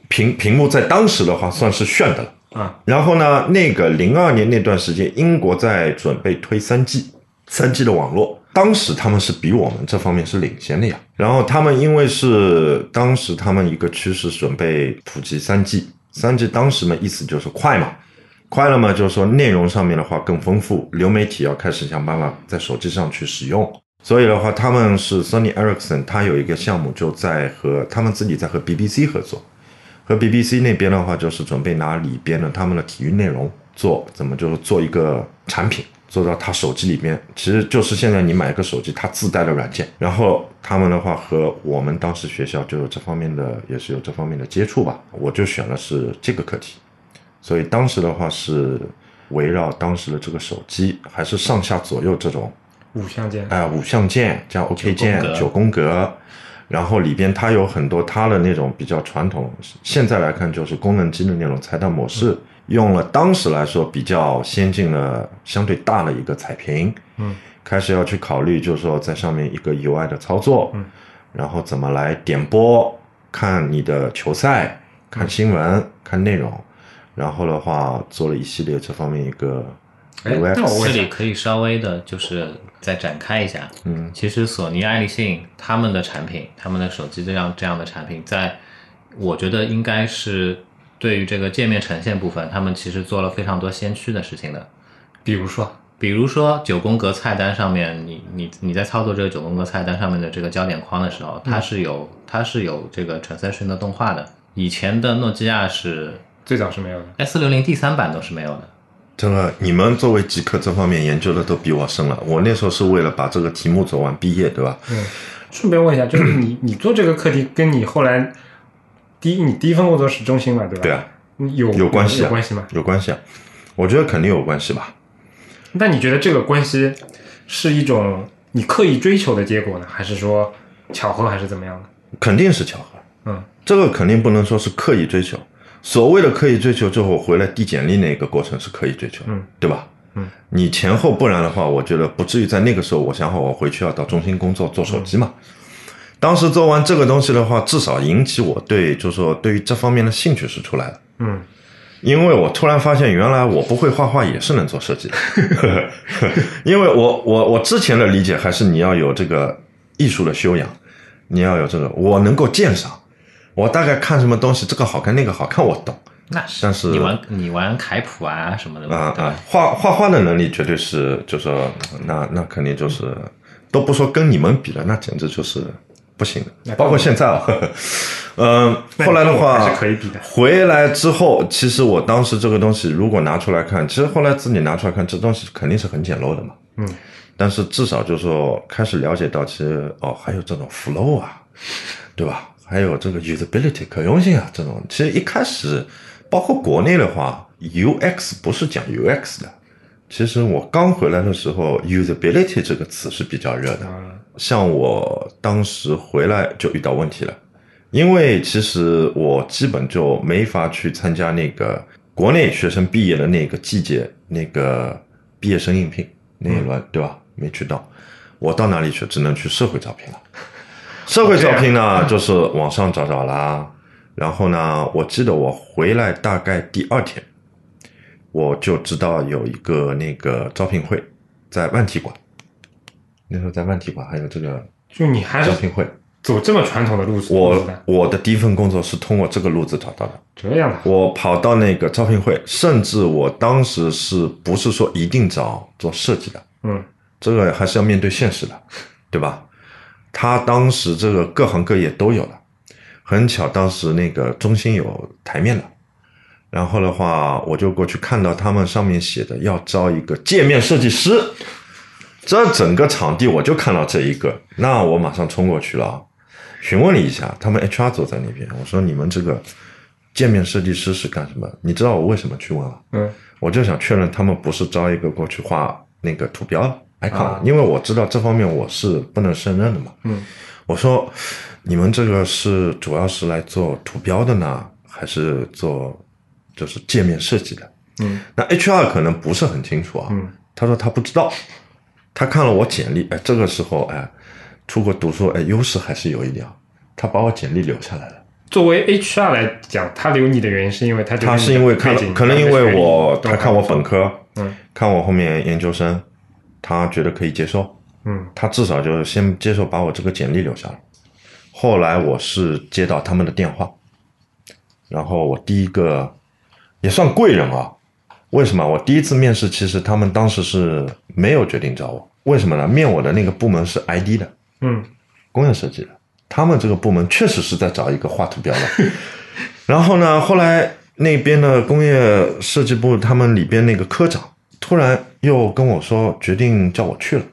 S2: 屏屏幕在当时的话算是炫的了。
S1: 啊，
S2: 然后呢，那个零二年那段时间，英国在准备推三 G，三 G 的网络，当时他们是比我们这方面是领先的呀。然后他们因为是当时他们一个趋势准备普及三 G，三 G 当时嘛意思就是快嘛，快了嘛就是说内容上面的话更丰富，流媒体要开始想办法在手机上去使用。所以的话，他们是 Sony Ericsson，它有一个项目就在和他们自己在和 BBC 合作，和 BBC 那边的话，就是准备拿里边的他们的体育内容做怎么就是做一个产品，做到他手机里面，其实就是现在你买个手机，它自带的软件。然后他们的话和我们当时学校就有这方面的，也是有这方面的接触吧。我就选的是这个课题，所以当时的话是围绕当时的这个手机，还是上下左右这种
S1: 五项键，
S2: 哎，五象键加 OK 键
S3: 九宫格、
S2: 九宫格，然后里边它有很多它的那种比较传统，现在来看就是功能机的那种彩蛋模
S3: 嗯
S2: 式，用了当时来说比较先进的、相对大的一个彩屏，
S1: 嗯，
S2: 开始要去考虑，就是说在上面一个 UI 的操作，
S1: 嗯，
S2: 然后怎么来点播，看你的球赛，
S3: 嗯
S2: 看新闻，看内容，然后的话做了一系列这方面一个
S1: 哎
S2: UX，
S1: 那我
S3: 这
S1: 问一下
S3: 里可以稍微的，就是再展开一下。
S2: 嗯
S3: 其实索尼爱立信他们的产品，他们的手机这样这样的产品，在我觉得应该是对于这个界面呈现部分，他们其实做了非常多先驱的事情的。
S1: 比如说，
S3: 比如说九宫格菜单上面，你你你在操作这个九宫格菜单上面的这个焦点框的时候，它是有它是有这个 transition 的动画的。以前的诺基亚是
S1: 最早是没有的。
S3: S 六零第三版都是没有的。
S2: 真的，你们作为极客这方面研究的都比我深了。我那时候是为了把这个题目做完毕业，对吧？
S1: 嗯，顺便问一下，就是 你你做这个课题，跟你后来第一你第一份工作是中心嘛，对吧？
S2: 对啊，
S1: 你有
S2: 有关系啊
S1: 有关系吗？
S2: 有关系啊，我觉得肯定有关系吧。
S1: 那你觉得这个关系是一种你刻意追求的结果呢，还是说巧合，还是怎么样的？
S2: 肯定是巧合。
S1: 嗯，
S2: 这个肯定不能说是刻意追求。所谓的刻意追求，就是我回来递简历那个过程是刻意追求，
S1: 嗯，
S2: 对吧？
S1: 嗯，
S2: 你前后不然的话，我觉得不至于在那个时候，我想好我回去要到中心工作做手机嘛。
S1: 嗯
S2: 当时做完这个东西的话，至少引起我对，就是说对于这方面的兴趣是出来的。
S1: 嗯，
S2: 因为我突然发现，原来我不会画画也是能做设计的。 因为我我我之前的理解还是你要有这个艺术的修养，你要有这个，我能够鉴赏，我大概看什么东西，这个好看那个好看，我懂
S3: 那是，
S2: 但是
S3: 你玩你玩凯普啊什么的
S2: 啊
S3: 嘛，对吧
S2: 啊！画画画的能力绝对是，就说那那肯定就是都不说跟你们比了，那简直就是不行
S1: 那
S2: 的。包括现在啊， 嗯，
S1: 那
S2: 后来的
S1: 你跟我还
S2: 话
S1: 是可以比的
S2: 回来之后，其实我当时这个东西如果拿出来看，其实后来自己拿出来看，这东西肯定是很简陋的嘛。
S1: 嗯，
S2: 但是至少就是说开始了解到，其实哦还有这种 flow 啊，对吧？还有这个 usability 可用性啊，这种其实一开始，包括国内的话，UX 不是讲 UX 的。其实我刚回来的时候，usability 这个词是比较热的。
S1: 啊，
S2: 像我当时回来就遇到问题了，因为其实我基本就没法去参加那个国内学生毕业的那个季节，那个毕业生应聘那一轮，对吧？没去到，我到哪里去？只能去社会招聘了。社会招聘呢，就是网上找找啦。然后呢，我记得我回来大概第二天，我就知道有一个那个招聘会在万体馆。那时候在万体馆还有这个
S1: 就你还
S2: 招
S1: 是
S2: 聘会。
S1: 走这么传统的路子，路
S2: 我
S1: 子的
S2: 我的第一份工作是通过这个路子找到的。
S1: 这样的，
S2: 我跑到那个招聘会，甚至我当时是不是说一定找做设计的？
S1: 嗯
S2: 这个还是要面对现实的，对吧？他当时这个各行各业都有了，很巧，当时那个中心有台面了，然后的话，我就过去看到他们上面写的要招一个界面设计师，这整个场地我就看到这一个，那我马上冲过去了啊，询问了一下他们 HR 组在那边，我说你们这个界面设计师是干什么？你知道我为什么去问了、啊
S1: 嗯
S2: 我就想确认他们不是招一个过去画那个图标了 icon，、
S1: 啊
S2: 因为我知道这方面我是不能胜任的嘛。
S1: 嗯，
S2: 我说你们这个是主要是来做图标的呢，还是做就是界面设计的？
S1: 嗯
S2: 那 HR 可能不是很清楚啊。
S1: 嗯，
S2: 他说他不知道，他看了我简历，哎，这个时候哎，出国读书哎，优势还是有一点啊，他把我简历留下来了。
S1: 作为 HR 来讲，他留你的原因是因为他觉得
S2: 他是因为看
S1: 你的背景，
S2: 可能因为我
S1: 你的学历
S2: 他看我本科，
S1: 嗯，
S2: 看我后面研究生，他觉得可以接受，
S1: 嗯
S2: 他至少就是先接受把我这个简历留下了。后来我是接到他们的电话，然后我第一个也算贵人啊。为什么？我第一次面试，其实他们当时是没有决定找我，为什么呢？面我的那个部门是 ID 的
S1: 嗯
S2: 工业设计的，他们这个部门确实是在找一个画图标的。然后呢，后来那边的工业设计部，他们里边那个科长突然又跟我说，决定叫我去了，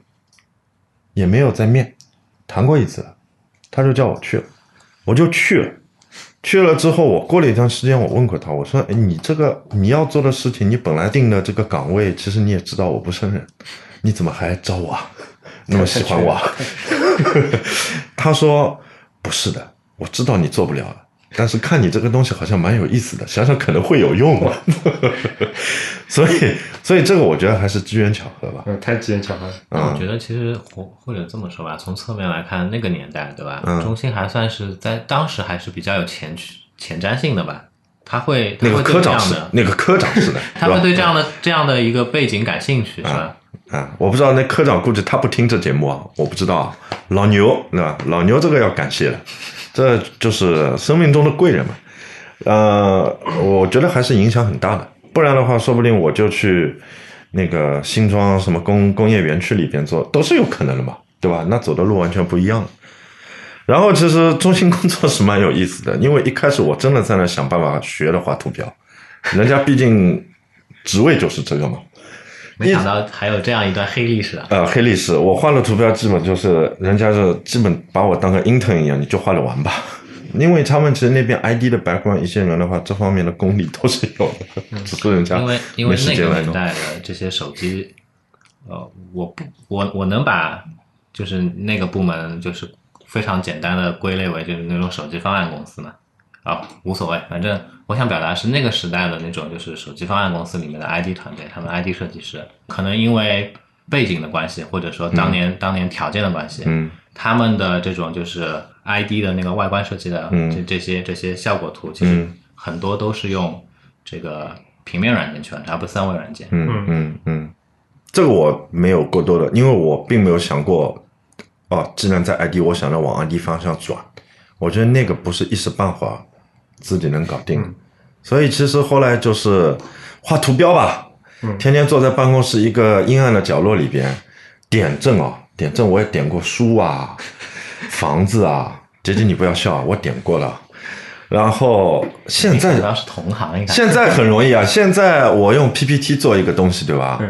S2: 也没有再面，谈过一次了，他就叫我去了，我就去了。去了之后，我过了一段时间，我问过他，我说：“哎，你这个你要做的事情，你本来定的这个岗位，其实你也知道我不胜任，你怎么还招我啊？那么喜欢我啊？”他说：“不是的，我知道你做不了了，但是看你这个东西好像蛮有意思的，想想可能会有用嘛。”所以，所以这个我觉得还是机缘巧合吧。
S1: 嗯，太机缘巧合了，
S3: 那我觉得其实或或者这么说吧，从侧面来看，那个年代对吧，
S2: 嗯
S3: 中心还算是在当时还是比较有前驱前瞻性的吧，他会他
S2: 那个
S3: 会
S2: 科
S3: 对这
S2: 长
S3: 样
S2: 是
S3: 的，
S2: 那个科长是的，
S3: 他
S2: 是吧
S3: 会对这样的这样的一个背景感兴趣是吧？
S2: 啊，我不知道那科长估计他不听这节目啊，我不知道啊。老牛对吧？老牛这个要感谢了，这就是生命中的贵人嘛。呃，我觉得还是影响很大的，不然的话，说不定我就去那个新庄什么工工业园区里边做，都是有可能的嘛，对吧？那走的路完全不一样了。然后其实中心工作是蛮有意思的，因为一开始我真的在那想办法学了画图标，人家毕竟职位就是这个嘛。
S3: 没想到还有这样一段黑历史啊！
S2: 呃，黑历史，我画的图标基本就是人家是基本把我当个 intern 一样，你就画着玩吧。因为他们其实那边 ID 的 background 一些人的话，这方面的功力都是有的， 只是人家
S3: 因为因
S2: 没
S3: 为
S2: 时
S3: 那
S2: 间
S3: 个
S2: 来
S3: 年
S2: 弄。
S3: 代的这些手机，呃，我不我我能把就是那个部门就是非常简单的归类为就是那种手机方案公司嘛，啊，无所谓，反正我想表达是那个时代的那种就是手机方案公司里面的 ID 团队，他们的 ID 设计师可能因为背景的关系，或者说当年、当年条件的关系，
S2: 嗯，
S3: 他们的这种就是 ID 的那个外观设计的
S2: 嗯
S3: 这这些这些效果图，其实很多都是用这个平面软件去完成，而不是三维软件。
S2: 嗯嗯嗯，这个我没有过多的，因为我并没有想过，哦，既然在 ID，我想着往 ID 方向转，我觉得那个不是一时半会儿自己能搞定的。所以其实后来就是画图标吧，
S1: 嗯
S2: 天天坐在办公室一个阴暗的角落里边点阵哦，点阵我也点过书啊、房子啊，姐姐你不要笑，啊，我点过了。然后现在
S3: 主要是同行，你看
S2: 现在很容易啊，现在我用 PPT 做一个东西，对吧？
S1: 对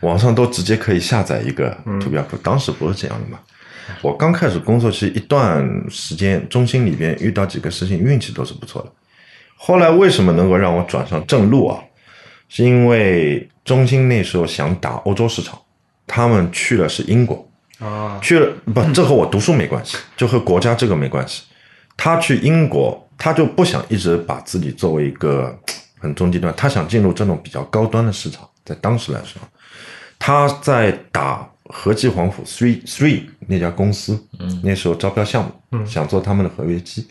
S2: 网上都直接可以下载一个图标库，当时不是这样的嘛。我刚开始工作，其实一段时间，中心里边遇到几个事情，运气都是不错的。后来为什么能够让我转上正路啊？是因为中心那时候想打欧洲市场，他们去了是英国，
S1: 啊，
S2: 去了不，这和我读书没关系，就和国家这个没关系。他去英国，他就不想一直把自己作为一个嘖很中低端，他想进入这种比较高端的市场。在当时来说，他在打和记黄埔 Three Three 那家公司，嗯、那时候招标项目，
S1: 嗯
S2: 想做他们的合约机。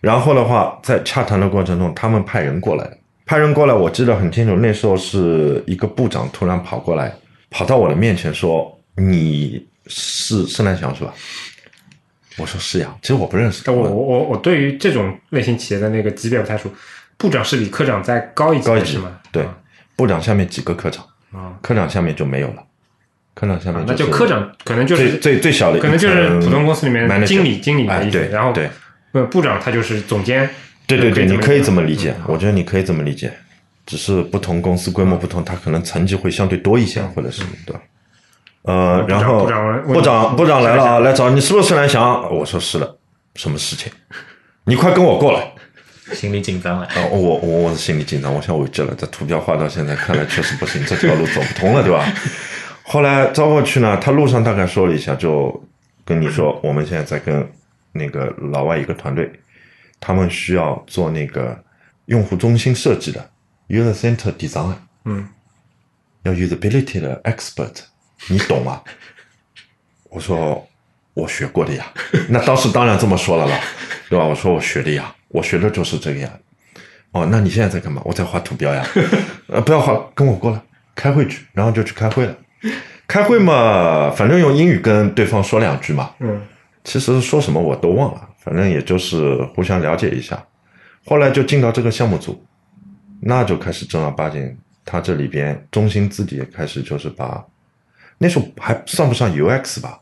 S2: 然后的话，在洽谈的过程中，他们派人过来，派人过来，我记得很清楚，那时候是一个部长突然跑过来，跑到我的面前说：“你是盛南祥是吧？”啊我说：“是呀。”其实我不认识他，
S1: 但我我我我对于这种类型企业的那个级别不太熟，部长是比科长再高一级
S2: 高一
S1: 的
S2: 级
S1: 是吗？
S2: 对
S1: 啊
S2: 部长下面几个科长，
S1: 啊，
S2: 科长下面就没有了，科长下面
S1: 那
S2: 啊就
S1: 就是科长可能就
S2: 最
S1: 是
S2: 最最小的一
S1: 可
S2: 层 manager，
S1: 能就是普通公司里面
S2: manager
S1: 经理经理的
S2: 哎
S1: 意思，
S2: 对，
S1: 然后
S2: 对
S1: 呃部长他就是总监，
S2: 对对对，你可以这么理解
S1: 嗯，
S2: 我觉得你可以这么理解，只是不同公司规模不同，它可能层级会相对多一些，或者是对吧。呃，
S1: 部长
S2: 然后
S1: 部长问
S2: 嗯部长
S1: 问
S2: 部长来了啊，
S1: 是
S2: 来找你，是不是陈兰祥？我说是的，什么事情？你快跟我过来！
S3: 心里紧张了。
S2: 啊，我我我是心里紧张，我想我这了，这图标画到现在看来确实不行，这条路走不通了，对吧？后来招过去呢，他路上大概说了一下，就跟你说，我们现在在跟那个老外一个团队，他们需要做那个用户中心设计的 user center design，
S1: 嗯，
S2: 要 usability 的 expert，你懂吗？我说我学过的呀，那当时当然这么说了啦，对吧？我说我学的呀，我学的就是这个呀。哦，那你现在在干嘛？我在画图标呀。呃，不要画，跟我过来开会去，然后就去开会了。开会嘛，反正用英语跟对方说两句嘛。
S1: 嗯
S2: 其实说什么我都忘了，反正也就是互相了解一下。后来就进到这个项目组，那就开始正儿八经，他这里边中心自己也开始就是把，那时候还算不上 UX 吧，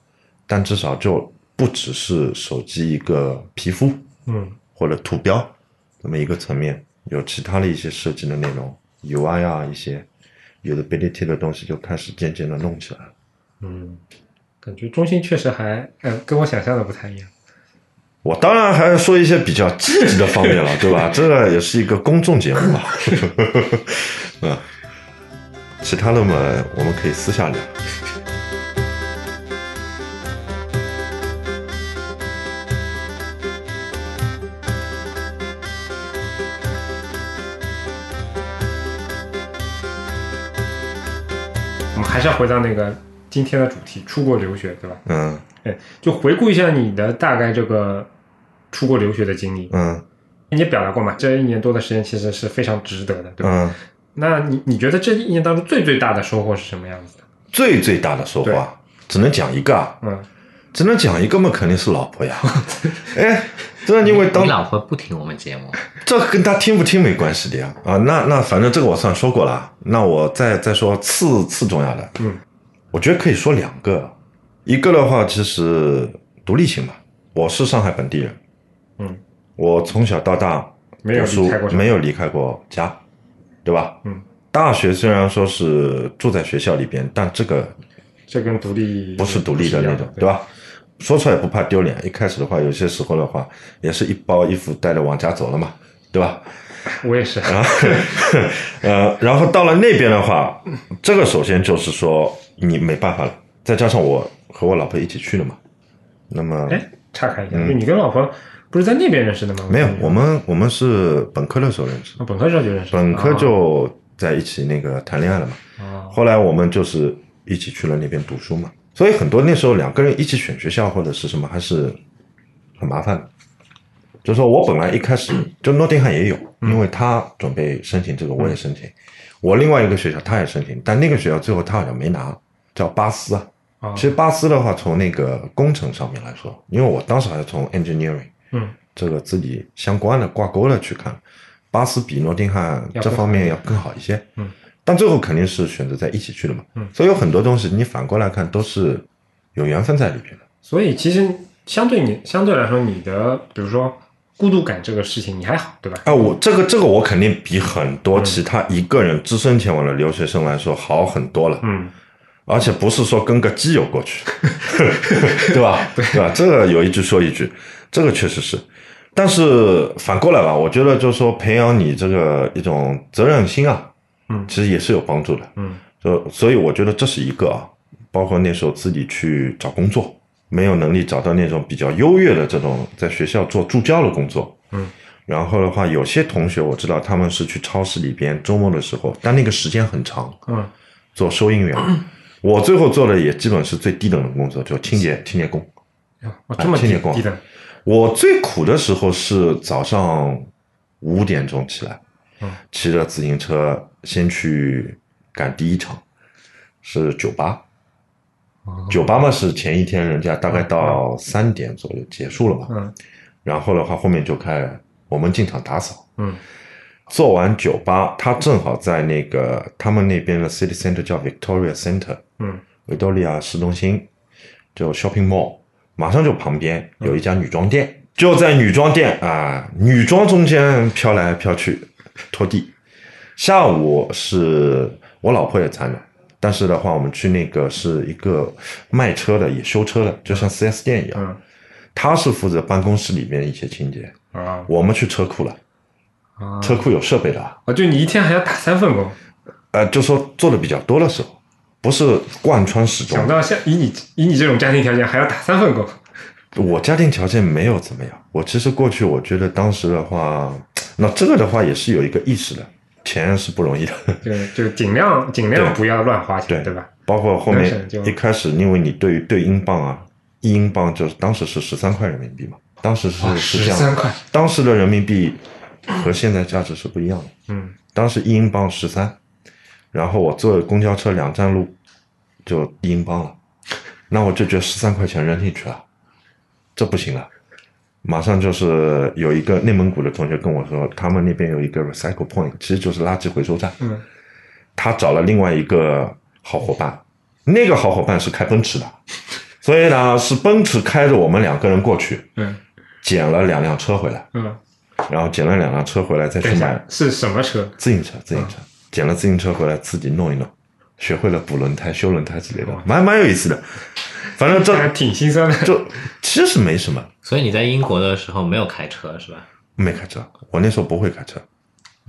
S2: 但至少就不只是手机一个皮肤
S1: 嗯
S2: 或者图标这么一个层面，有其他的一些设计的内容，UI 啊一些有的 b i l i t y 的东西就开始渐渐的弄起来了。
S1: 嗯，感觉中心确实还呃跟我想象的不太一样，
S2: 我当然还要说一些比较积极的方面了，对吧？这个也是一个公众节目嘛， 嗯，其他的嘛，我们可以私下聊。
S1: 我们还是要回到那个今天的主题，出国留学对吧？
S2: 嗯
S1: 哎，就回顾一下你的大概这个出国留学的经历，
S2: 嗯
S1: 你也表达过嘛，这一年多的时间其实是非常值得的，对吧？
S2: 嗯，
S1: 那你你觉得这一年当中最最大的收获是什么样子的？
S2: 最最大的收获啊，只能讲一个啊，
S1: 嗯，
S2: 只能讲一个嘛，肯定是老婆呀。 哎，真的，因为当
S3: 你老婆不听我们节目，
S2: 这跟他听不听没关系的呀。啊，那那反正这个我算说过了啊。那我再再说次次重要的，
S1: 嗯，
S2: 我觉得可以说两个，一个的话其实独立性吧。我是上海本地人，
S1: 嗯，
S2: 我从小到大
S1: 没有
S2: 读书
S1: 离开过上海
S2: 没有离开过家，对吧？
S1: 嗯，
S2: 大学虽然说是住在学校里边，但这个
S1: 这跟独立
S2: 不是独立的那种，对
S1: 吧？
S2: 吧？说出来不怕丢脸。一开始的话，有些时候的话，也是一包衣服带着往家走了嘛，对吧？
S1: 我也是，
S2: 嗯啊 呃，然后到了那边的话，这个首先就是说你没办法了，再加上我和我老婆一起去的嘛，那么
S1: 哎，岔开一下，就你跟老婆不是在那边认识的吗？
S2: 嗯没有
S1: 跟，你
S2: 我们我们是本科的时候认识的，
S1: 啊本科时候就认识了，
S2: 本科就在一起那个谈恋爱了嘛，
S1: 啊
S2: 后来我们就是一起去了那边读书嘛，所以很多那时候两个人一起选学校或者是什么还是很麻烦的。就是说我本来一开始就诺丁汉也有，因为他准备申请这个，我也申请，我另外一个学校他也申请，但那个学校最后他好像没拿，叫巴斯啊。
S1: 啊
S2: 其实巴斯的话，从那个工程上面来说，因为我当时还是从 engineering
S1: 嗯
S2: 这个自己相关的挂钩的去看，巴斯比诺丁汉
S1: 要更好
S2: 这方面要更好一些。
S1: 嗯，
S2: 但最后肯定是选择在一起去的嘛。
S1: 嗯
S2: 所以有很多东西你反过来看都是有缘分在里边的。
S1: 所以其实相对你相对来说，你的比如说孤独感这个事情你还好对吧？
S2: 啊，我这个这个我肯定比很多
S1: 嗯
S2: 其他一个人只身前往的留学生来说好很多了，
S1: 嗯，
S2: 而且不是说跟个基友过 去，对吧？对吧？这个有一句说一句，这个确实是。但是反过来吧，我觉得就是说培养你这个一种责任心啊，
S1: 嗯
S2: 其实也是有帮助的，
S1: 嗯，
S2: 就所以我觉得这是一个啊，包括那时候自己去找工作，没有能力找到那种比较优越的这种在学校做助教的工作，
S1: 嗯，
S2: 然后的话，有些同学我知道他们是去超市里边周末的时候，但那个时间很长，
S1: 嗯，
S2: 做收银 员，我最后做的也基本是最低等的工作，就清洁清洁工。
S1: 哦这么
S2: 啊听
S1: 低
S2: 你过
S1: 低的，
S2: 我最苦的时候是早上五点钟起来，
S1: 嗯
S2: 骑着自行车先去赶第一场，是酒吧。
S1: 哦
S2: 酒吧嘛是前一天人家大概到三点左右结束了嘛，
S1: 嗯
S2: 然后的话后面就开我们进场打扫。
S1: 嗯
S2: 做完酒吧，他正好在那个他们那边的 city center 叫 Victoria Center，
S1: 嗯
S2: 维多利亚市中心，就 shopping mall，马上就旁边有一家女装店，就在女装店啊、女装中间飘来飘去，拖地。下午是我老婆也参的，但是的话，我们去那个是一个卖车的，也修车的，就像 4S 店一样。
S1: 嗯
S2: 他是负责办公室里面的一些清洁，
S1: 啊
S2: 我们去车库了，
S1: 啊
S2: 车库有设备的啊，
S1: 哦就你一天还要打三份工，
S2: 呃，就说做的比较多的时候，不是贯穿始终
S1: 想。到像以你以你这种家庭条件还要打三份工，
S2: 我家庭条件没有怎么样，我其实过去我觉得当时的话，那这个的话也是有一个意识的，钱是不容易的，
S1: 就就尽量尽量不要乱花钱，
S2: 对
S1: 对吧？
S2: 包括后
S1: 能省
S2: 面
S1: 就
S2: 一开始，因为你对于对英镑啊，一英镑就是当时是十三块人民币嘛，当时是
S1: 哦
S2: 是这
S1: 十
S2: 样
S1: 三
S2: 的，
S1: 块，
S2: 当时的人民币和现在价值是不一样的，
S1: 嗯
S2: 当时一英镑十三，然后我坐公交车两站路就一英镑了，那我就觉得十三块钱扔进去了，啊这不行了。啊马上就是有一个内蒙古的同学跟我说，他们那边有一个 recycle point，其实就是垃圾回收站。
S1: 嗯
S2: 他找了另外一个好伙伴，那个好伙伴是开奔驰的，所以呢是奔驰开着我们两个人过去，
S1: 嗯
S2: 捡了两辆车回来，
S1: 嗯，
S2: 然后捡了两辆车回来再
S1: 等
S2: 去
S1: 一
S2: 买
S1: 下是什么车？
S2: 自行车，自行车，捡了自行车回来自己弄一弄，学会了补轮胎、修轮胎之类的
S1: 哇，
S2: 蛮蛮有意思的。反正
S1: 还
S2: 这
S1: 挺心酸的，
S2: 就其实没什么，
S3: 所以你在英国的时候没有开车是吧？
S2: 没开车，我那时候不会开车，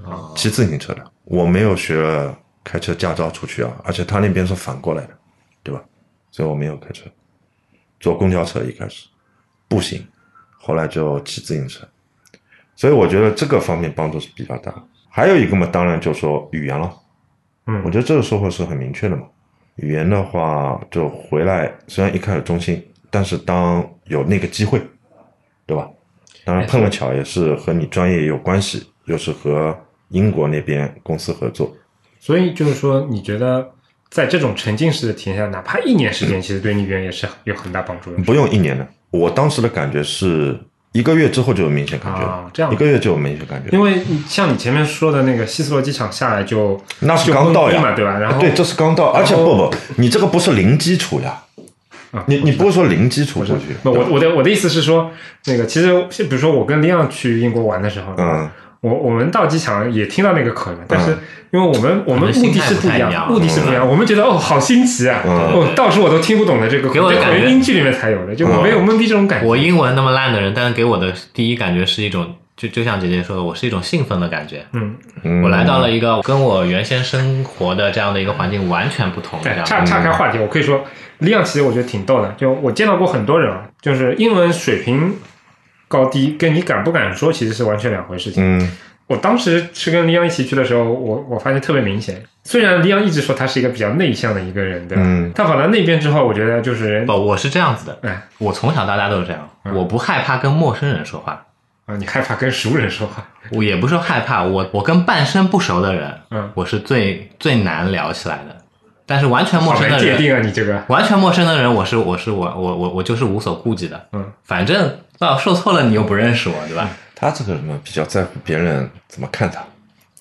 S3: 哦，
S2: 骑自行车的，我没有学开车驾照出去啊，而且他那边是反过来的，对吧？所以我没有开车，坐公交车一开始，步行，后来就骑自行车，所以我觉得这个方面帮助是比较大的。还有一个嘛，当然就说语言了。
S1: 嗯，
S2: 我觉得这个收获是很明确的嘛。语言的话，就回来虽然一开始中心，但是当有那个机会，对吧？当然碰了巧也是和你专业也有关系，又是和英国那边公司合作。
S1: 所以就是说，你觉得在这种沉浸式的体验下，哪怕一年时间，其实对你语言也是有很大帮助的。
S2: 嗯不用一年的，我当时的感觉是一个月之后就有明显感觉了，
S1: 啊，这样
S2: 一个月就有明显感觉了。
S1: 因为你像你前面说的那个希斯罗机场下来就
S2: 那是刚到
S1: 就懵逼嘛，
S2: 呀，哎啊
S1: 对吧？然后
S2: 对，这是刚到，而且不不，你这个不是零基础呀，
S1: 啊
S2: 你你不是说零基础过去，
S1: 不，我我的我的意思是说，那个其实是比如说我跟 Leon 去英国玩的时候，
S2: 嗯，
S1: 我我们到机场也听到那个口音，但是因为我们我们
S3: 嗯
S1: 目
S3: 可能心
S1: 的
S3: 态
S1: 是
S3: 不
S1: 不
S3: 太
S1: 一
S3: 一样嗯
S1: 样，目的是不一样。我们觉得哦，好新奇啊！
S2: 嗯
S1: 哦，到时我都听不懂的这个口
S3: 给我的
S1: 音，
S3: 感觉嗯
S1: 可能英剧里面才有的，就我没有懵逼这种感
S3: 我
S1: 觉。
S3: 英文那么烂的人，但是给我的第一感觉是一种，就就像姐姐说的，我是一种兴奋的感觉。
S1: 嗯，
S3: 我来到了一个跟我原先生活的这样的一个环境完全不同的
S1: 对
S3: 这，样嗯
S1: 岔
S3: 的
S1: 岔开话题，我可以说，李昂其实我觉得挺逗的。就我见到过很多人啊，就是英文水平高低跟你敢不敢说其实是完全两回事情。
S2: 嗯
S1: 我当时是跟李昂一起去的时候，我我发现特别明显。虽然李昂一直说他是一个比较内向的一个人，对吧？
S2: 嗯
S1: 但跑到那边之后，我觉得就是
S3: 不，我是这样子的，
S1: 哎
S3: 我从小到大都是这样，我不害怕跟陌生人说话，
S1: 啊，你害怕跟熟人说话，
S3: 我也不是害怕，我我跟半生不熟的人，
S1: 嗯
S3: 我是最最难聊起来的，但是完全陌
S1: 好
S3: 生的
S1: 难界
S3: 人，
S1: 定啊，你这个。
S3: 完全陌生的人，我是我是我我我我就是无所顾忌的，
S1: 嗯，
S3: 反正啊说错了你又不认识我，对吧？
S2: 他这个人嘛比较在乎别人怎么看他，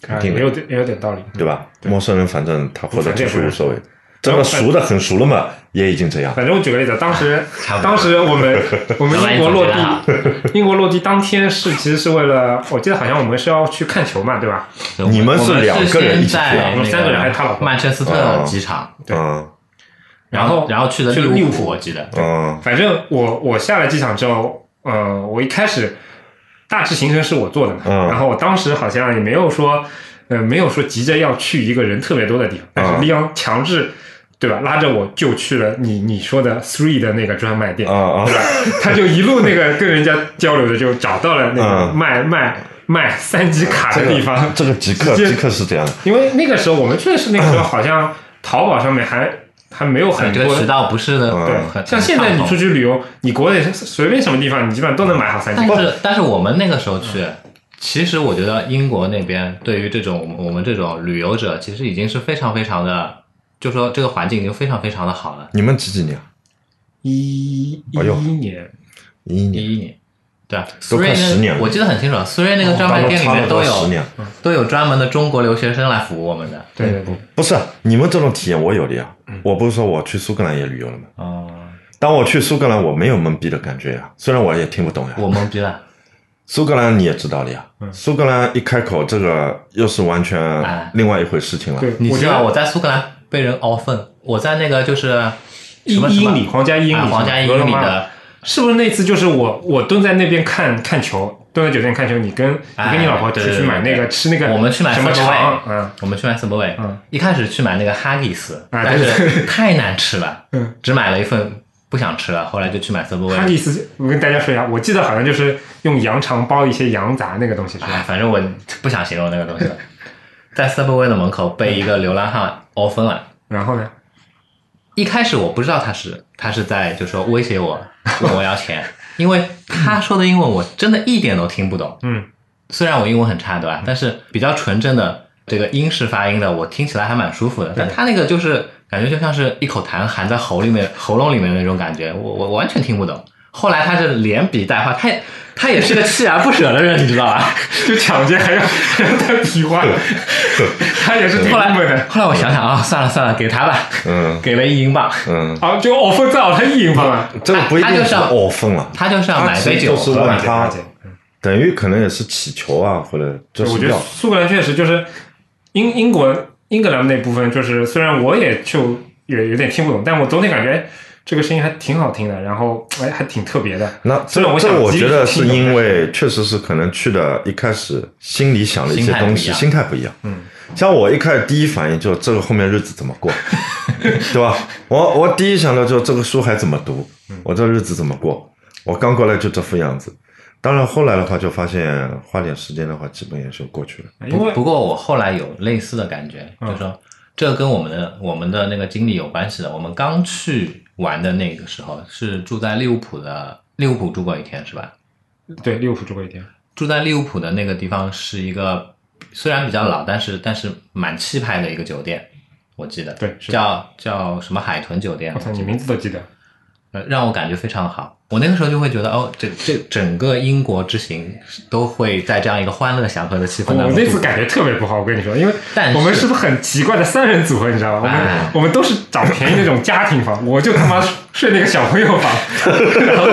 S2: 肯
S1: 啊，
S2: 定
S1: 也
S2: 的，
S1: 有点也有点道理，
S2: 对吧？陌生人反正他活得出去无所谓，真
S1: 正
S2: 的
S1: 也不是
S2: 熟的很熟了嘛，也已经这样。
S1: 反正我举个例子，当时
S3: 差不多
S1: 当时我 们我们英国落
S3: 老板
S1: 地，英国落地当天是其实是为了，我记得好像我们是要去看球嘛，对吧？
S3: 对我
S2: 你们
S3: 我
S2: 是
S3: 们
S2: 两个人一起
S3: 先
S2: 去啊
S3: 在
S1: 我们
S3: 那
S1: 三个人还是他老婆
S3: 曼彻斯特
S2: 哦
S3: 机场，
S1: 对
S2: 嗯
S3: 然后
S1: 然
S3: 然后去的
S1: 去了
S3: 利
S1: 利
S3: 物
S1: 物
S3: 浦，
S1: 浦
S3: 我记得，
S2: 嗯
S1: 反正我我下了机场之后，呃，我一开始大致行程是我做的嘛，
S2: 嗯
S1: 然后我当时好像也没有说，呃，没有说急着要去一个人特别多的地方，但是
S2: 嗯
S1: 利昂强制。对吧？拉着我就去了你你说的 three 的那个专卖店，
S2: 啊啊
S1: 对吧？他就一路那个跟人家交流的，就找到了那个
S2: 嗯
S1: 卖、卖卖三级卡
S2: 这
S1: 的
S2: 个
S1: 地方。
S2: 这个极客
S1: 直接
S2: 极客是这样的，
S1: 因为那个时候我们确实那个时候好像淘宝上面还还没有很
S3: 这个
S1: 多
S3: 渠道不是的，
S2: 嗯
S3: 很
S1: 对，像现在你出去旅游，你国内随便什么地方，你基本上都能买好三
S3: 但
S1: 级。
S2: 哦
S3: 是但是我们那个时候去，其实我觉得英国那边对于这种我们我们这种旅游者，其实已经是非常非常的，就说这个环境已经非常非常的好了。
S2: 你们几几年？啊
S1: 一一
S2: 哎呦
S1: 一年，
S2: 一一年，
S3: 一一年，对啊，
S2: 都快
S3: 苏瑞
S2: 10
S3: 那
S2: 年了哦
S3: 我记得很清楚，苏瑞那个专
S2: 当
S3: 卖
S2: 中
S3: 店里
S2: 差
S3: 面
S2: 了
S3: 都
S2: 多
S3: 有、
S2: 十年。
S3: 都有专门的中国留学生来服务我们的。
S1: 对对对，
S2: 哎不是啊你们这种体验我有的呀，
S1: 嗯
S2: 我不是说我去苏格兰也旅游了吗？
S3: 哦、
S2: 当我去苏格兰，我没有懵逼的感觉呀，虽然我也听不懂呀。
S3: 我懵逼了，
S2: 苏格兰你也知道的呀，
S1: 嗯
S2: 苏格兰一开口，这个又是完
S3: 哎
S2: 全另外一回事情了。
S1: 对，
S3: 你
S1: 我
S3: 知
S1: 觉
S3: 道
S1: 得
S3: 我在苏格兰被人 often，我在那个就是
S1: 一
S3: 什么什么
S1: 英里皇家英里
S3: 啊皇家英里的。
S1: 是不是那次就是我我蹲在那边看看球，蹲在酒店看球，你跟你跟你老婆
S3: 哎对
S1: 出
S3: 对
S1: 去买那
S3: 对
S1: 个吃那个
S3: 我们去买哎
S1: 什么
S3: Subway
S1: 肠，嗯，
S3: 我们去买 Subway，、
S1: 嗯
S3: 一开始去买那个哈迪斯，
S1: 啊
S3: 但
S1: 对
S3: 是太难吃了，
S1: 嗯
S3: 只买了一份不想吃了，后来就去买 Subway。
S1: 哈迪斯，我跟大家说一下，我记得好像就是用羊肠包一些羊杂那个东西是
S3: 哎，
S1: 吧？
S3: 反正我不想形容那个东西了。在 Subway 的门口被一个流浪汉殴疯了，
S1: 然后呢，
S3: 一开始我不知道他是他是在就说威胁我问我要钱，因为他说的英文我真的一点都听不懂。
S1: 嗯，
S3: 虽然我英文很差，对吧？但是比较纯正的这个英式发音的，我听起来还蛮舒服的。但他那个就是感觉就像是一口痰含在喉里面、喉咙里面的那种感觉，我我完全听不懂。后来他是连比带画，他也他也是个锲而不舍的人，你知道吧？
S1: 就抢劫还要 还要他比 划，他也是挺
S3: 后来
S1: 郁闷的。
S3: 后来我想想啊、算了算了，给他吧，
S2: 嗯
S3: 给了一英镑，
S2: 嗯，
S1: 啊，就 offer 再他一英镑啊，
S2: 这个不一
S3: 他
S2: 定
S3: 就是像
S2: 哦疯了，
S3: 他就是要买杯酒
S2: 他其实
S3: 喝
S2: 啊就是
S3: 嘛
S2: 问。他等于可能也是乞求啊，或者就
S1: 对，我
S2: 是
S1: 觉得
S2: 要
S1: 苏格兰确实就是英英国英格兰那部分，就是虽然我也就也有点听不懂，但我总体感觉哎这个声音还挺好听的，然后哎还挺特别的。
S2: 那这
S1: 虽然我
S2: 这
S1: 想
S2: 我
S1: 极力
S2: 觉得
S1: 去
S2: 是
S1: 听懂
S2: 因
S1: 但
S2: 为确实是可能去的一开始心里想的一些东西，
S3: 心
S2: 心态不一样。
S1: 嗯，
S2: 像我一开始第一反应就这个后面日子怎么 过，对吧？我我第一想到就这个书还怎么读，
S1: 嗯
S2: 我这日子怎么过？我刚过来就这副样子。当然后来的话就发现花点时间的话，基本也就过去了。
S1: 因为
S3: 不过我后来有类似的感觉，
S1: 嗯
S3: 就是说这跟我们的我们的那个经历有关系的。我们刚去玩的那个时候是住在利物浦的，利物浦住过一天是吧？
S1: 对利物浦住过一天，
S3: 住在利物浦的那个地方是一个虽然比较老，但是但是蛮气派的一个酒店，我记得
S1: 对是的
S3: 叫叫什么海豚酒店
S1: 我，操，你名字都记得。
S3: 呃，让我感觉非常好。我那个时候就会觉得，哦，这这整个英国之行都会在这样一个欢乐祥和的气
S1: 哦
S3: 氛
S1: 我
S3: 当中度过。
S1: 那次感觉特别不好，我跟你说，因为
S3: 但是
S1: 我们是不是很奇怪的三人组合，你知道吧？我们、
S3: 哎
S1: 我们都是找便宜那种家庭房，我就他妈睡那个小朋友房， 然后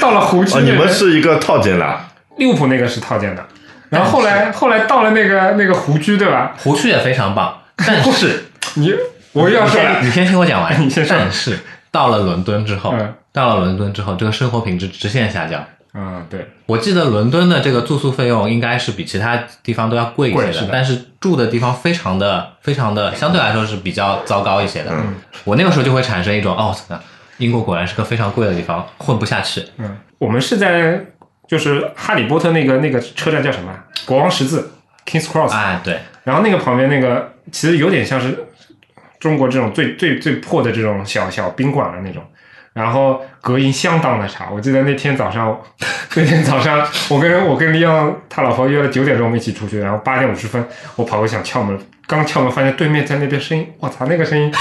S1: 到了湖区
S2: 哦，
S1: 那
S2: 你
S1: 边、
S2: 们是一个套间啦，
S1: 利物浦那个是套间的，然后后来后来到了那个那个湖区，对吧？
S3: 胡须也非常棒，但是
S1: 你我又要
S3: 你
S1: 说
S3: 先
S1: 了，
S3: 你先听我讲 完，
S1: 你先说
S3: 但是到了伦敦之后，
S1: 嗯
S3: 到了伦敦之后，这个生活品质直线下降。
S1: 嗯，对，
S3: 我记得伦敦的这个住宿费用应该是比其他地方都要贵一些
S1: 贵是的
S3: 但是住的地方非常的、非常的，相对来说是比较糟糕一些的。
S1: 嗯
S3: 我那个时候就会产生一种，哦，英国果然是个非常贵的地方，混不下去。
S1: 嗯，我们是在就是《哈利波特》那个那个车站叫什么啊？国王十字 （King's Cross），、
S3: 哎，对，
S1: 然后那个旁边那个其实有点像是中国这种最最最破的这种小小宾馆的那种，然后隔音相当的差。我记得那天早上， 那天早上我跟我跟李阳他老婆约了九点钟我们一起出去，然后八点五十分我跑过去想敲门，刚敲门发现对面在那边声音，我操那个声 音，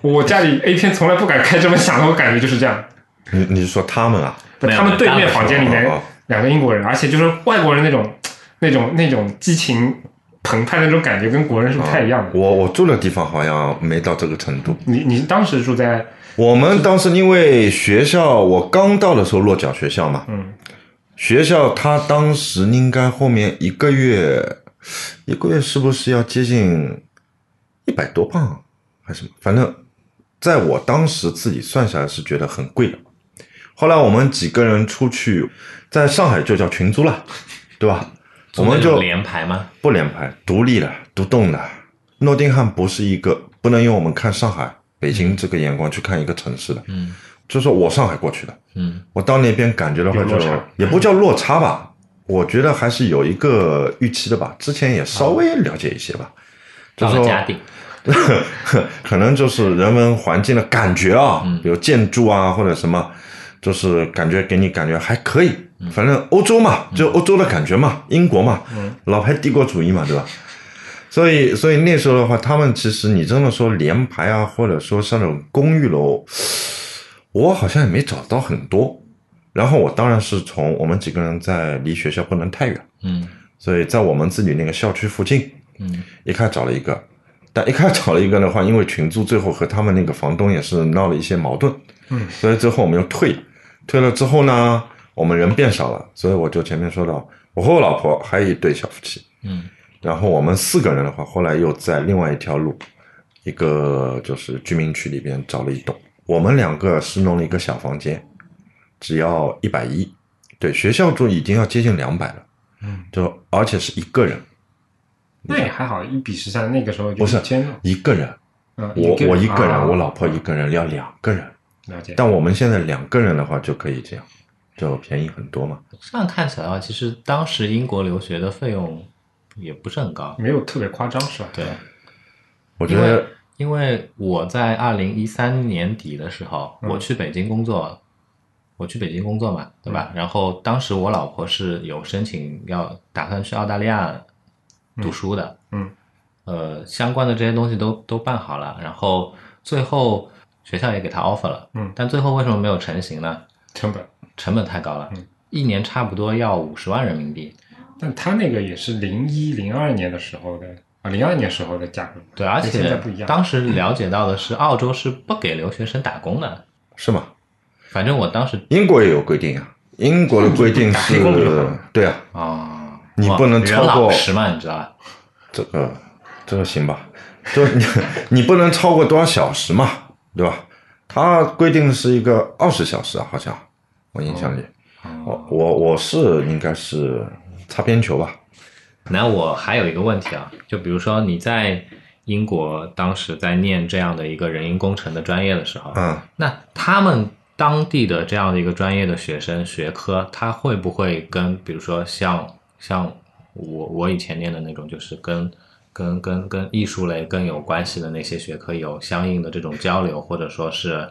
S1: 我家里 A 片从来不敢开这么响的，我感觉就是这样。
S2: 你你是说他们啊？
S1: 不
S3: 没有
S1: 他们对面房间里面
S2: 哦哦
S1: 两个英国人，而且就是外国人那种那种那种激情澎湃那种感觉，跟国人是不
S3: 哦
S1: 太一样的。
S2: 我我住的地方好像没到这个程度。
S1: 你你当时住在
S2: 我们当时因为学校，我刚到的时候落脚学校嘛，
S1: 嗯，
S2: 学校他当时应该后面一个月，一个月是不是要接近一百多磅啊还是什么？反正在我当时自己算下来是觉得很贵的。后来我们几个人出去，在上海就叫群租了，对吧？我们
S3: 租那
S2: 就
S3: 种联排吗？
S2: 不联排，独立的、独栋的。诺丁汉不是一个不能用我们看上海、北京这个眼光去看一个城市的，
S3: 嗯
S2: 就是我上海过去的，
S3: 嗯，
S2: 我到那边感觉到会
S1: 有落差
S2: 也不叫落差吧，我觉得还是有一个预期的吧。之前也稍微了解一些吧，就
S3: 嗯到
S2: 是
S3: 了
S2: 说
S3: 家底，
S2: 可能就是人文环境的感觉啊，
S3: 嗯
S2: 比如建筑啊或者什么，就是感觉给你感觉还可以。反正欧洲嘛，就欧洲的感觉嘛，英国嘛，老牌帝国主义嘛，对吧？所以，所以那时候的话，他们其实你真的说联排啊，或者说像那种公寓楼，我好像也没找到很多。然后我当然是从我们几个人在离学校不能太远，
S3: 嗯
S2: 所以在我们自己那个校区附近，
S3: 嗯，
S2: 一开始找了一个，但一开始找了一个的话，因为群租最后和他们那个房东也是闹了一些矛盾，
S1: 嗯，
S2: 所以最后我们又退了。退了之后呢，我们人变少了，所以我就前面说到，我和我老婆还有一对小夫妻，
S3: 嗯
S2: 然后我们四个人的话，后来又在另外一条路，一个就是居民区里边找了一栋，我们两个是弄了一个小房间，只要一百一，对，学校住已经要接近两百了，
S1: 嗯，
S2: 就而且是一个人，
S1: 那也还好，一比十三那个时候就
S2: 不是
S1: 签了。
S2: 一个人。
S1: 嗯，
S2: 我我一个
S1: 啊
S2: 人，我老婆一个人，要两个人。
S1: 了解。
S2: 但我们现在两个人的话就可以这样，就便宜很多嘛。
S3: 这样看起来的话，其实当时英国留学的费用也不是很高，
S1: 没有特别夸张是吧？嗯
S3: 对。
S2: 我觉
S3: 因为
S2: 得，
S3: 因为我在二零一三年底的时候，
S1: 嗯
S3: 我去北京工作，我去北京工作嘛，对
S1: 嗯
S3: 吧？然后当时我老婆是有申请要打算去澳大利亚读书的，
S1: 嗯
S3: 呃，相关的这些东西都都办好了，然后最后学校也给她 offer 了，
S1: 嗯
S3: 但最后为什么没有成型呢？
S1: 成本，
S3: 成本太高了，
S1: 嗯
S3: 一年差不多要五十万人民币，
S1: 但他那个也是零一零二年的时候的啊，零二年时候的价格。
S3: 对，而
S1: 跟现在
S3: 且
S1: 不一样
S3: 当时了解到的是，澳洲是不给留学生打工的，
S2: 是吗？
S3: 反正我当时
S2: 英国也有规定啊，英国的规定是
S1: 打黑工就好，
S2: 对啊，
S3: 啊，
S2: 你不能超过
S3: 十嘛，你知道吧？
S2: 这个这个行吧，就你你不能超过多少小时嘛，对吧？它规定的是一个二十小时啊，好像我印象里，我我我是应该是擦边球吧，
S3: 那我还有一个问题啊，就比如说你在英国当时在念这样的一个人因工程的专业的时候，
S2: 嗯。
S3: 那他们当地的这样的一个专业的学生学科，他会不会跟比如说像像我我以前念的那种，就是跟跟跟跟艺术类更有关系的那些学科有相应的这种交流，或者说是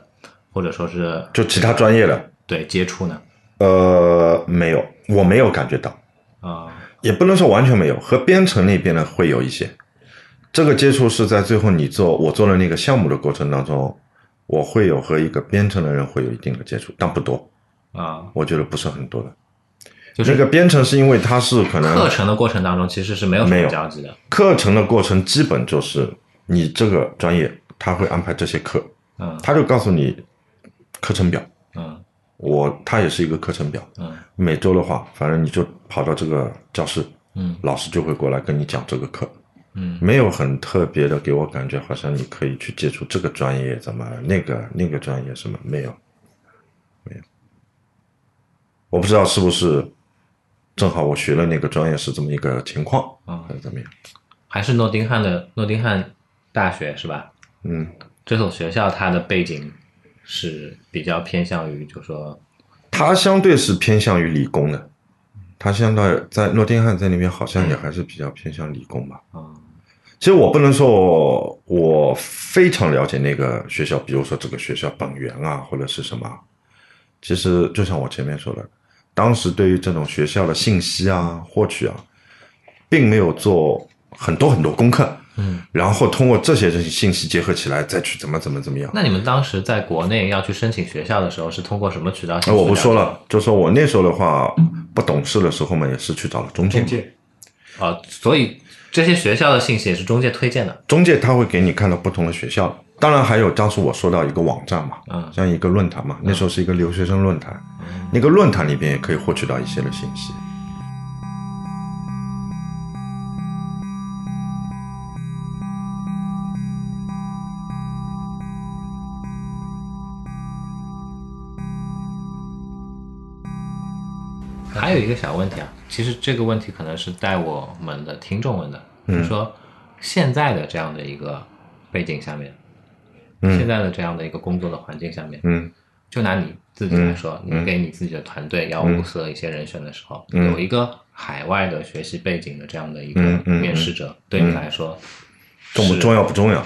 S3: 或者说是
S2: 就其他专业的，
S3: 对接触呢？
S2: 呃，没有，我没有感觉到。
S3: 啊、
S2: 也不能说完全没有，和编程那边呢会有一些。这个接触是在最后你做我做了那个项目的过程当中，我会有和一个编程的人会有一定的接触，但不多，
S3: 啊、
S2: 我觉得不是很多的。
S3: 就是
S2: 那个编程是因为它是可
S3: 课
S2: 能
S3: 程的过程当中其实是没有什
S2: 没
S3: 么
S2: 有
S3: 交集的。
S2: 课程的过程，基本就是你这个专业他会安排这些课，
S3: 嗯
S2: 他就告诉你课程表，
S3: 嗯
S2: 我他也是一个课程表，
S3: 嗯
S2: 每周的话，反正你就跑到这个教室，
S3: 嗯
S2: 老师就会过来跟你讲这个课，
S3: 嗯
S2: 没有很特别的给我感觉，好像你可以去接触这个专业，怎么那个那个专业什么没有，没有，我不知道是不是正好我学了那个专业是这么一个情况，
S3: 啊
S2: 还是怎么样？
S3: 还是诺丁汉的诺丁汉大学是吧？
S2: 嗯，
S3: 这所学校它的背景是比较偏向于，就说
S2: 它相对是偏向于理工的，它相对在诺丁汉在那边好像也还是比较偏向理工吧。
S3: 啊、
S2: 其实我不能说我我非常了解那个学校，比如说这个学校本源啊，或者是什么。其实就像我前面说的，当时对于这种学校的信息啊、获取啊，并没有做很多很多功课，
S3: 嗯，
S2: 然后通过这些这些信息结合起来，再去怎么怎么怎么样。
S3: 那你们当时在国内要去申请学校的时候，是通过什么渠道？
S2: 那哎哦我不说，了，就说我那时候的话，不懂事的时候嘛，也是去找了中
S1: 中
S2: 介嘛，
S1: 介，
S3: 啊，所以这些学校的信息也是中介推荐的。
S2: 中介他会给你看到不同的学校，当然还有当时我说到一个网站嘛，
S3: 嗯
S2: 像一个论坛嘛，那时候是一个留学生论坛，那个论坛里边也可以获取到一些的信息。
S3: 还有一个小问题啊，其实这个问题可能是带我们的听众问的，
S2: 嗯
S3: 就是说现在的这样的一个背景下面，现
S2: 嗯
S3: 在的这样的一个工作的环境下面，
S2: 嗯
S3: 就拿你自己来说，
S2: 嗯
S3: 你给你自己的团队要物色一些人选的时候，
S2: 嗯
S3: 有一个海外的学习背景的这样的一个
S2: 嗯嗯嗯
S3: 面试者，对你来说
S2: 重不
S3: 是
S2: 重要不重要？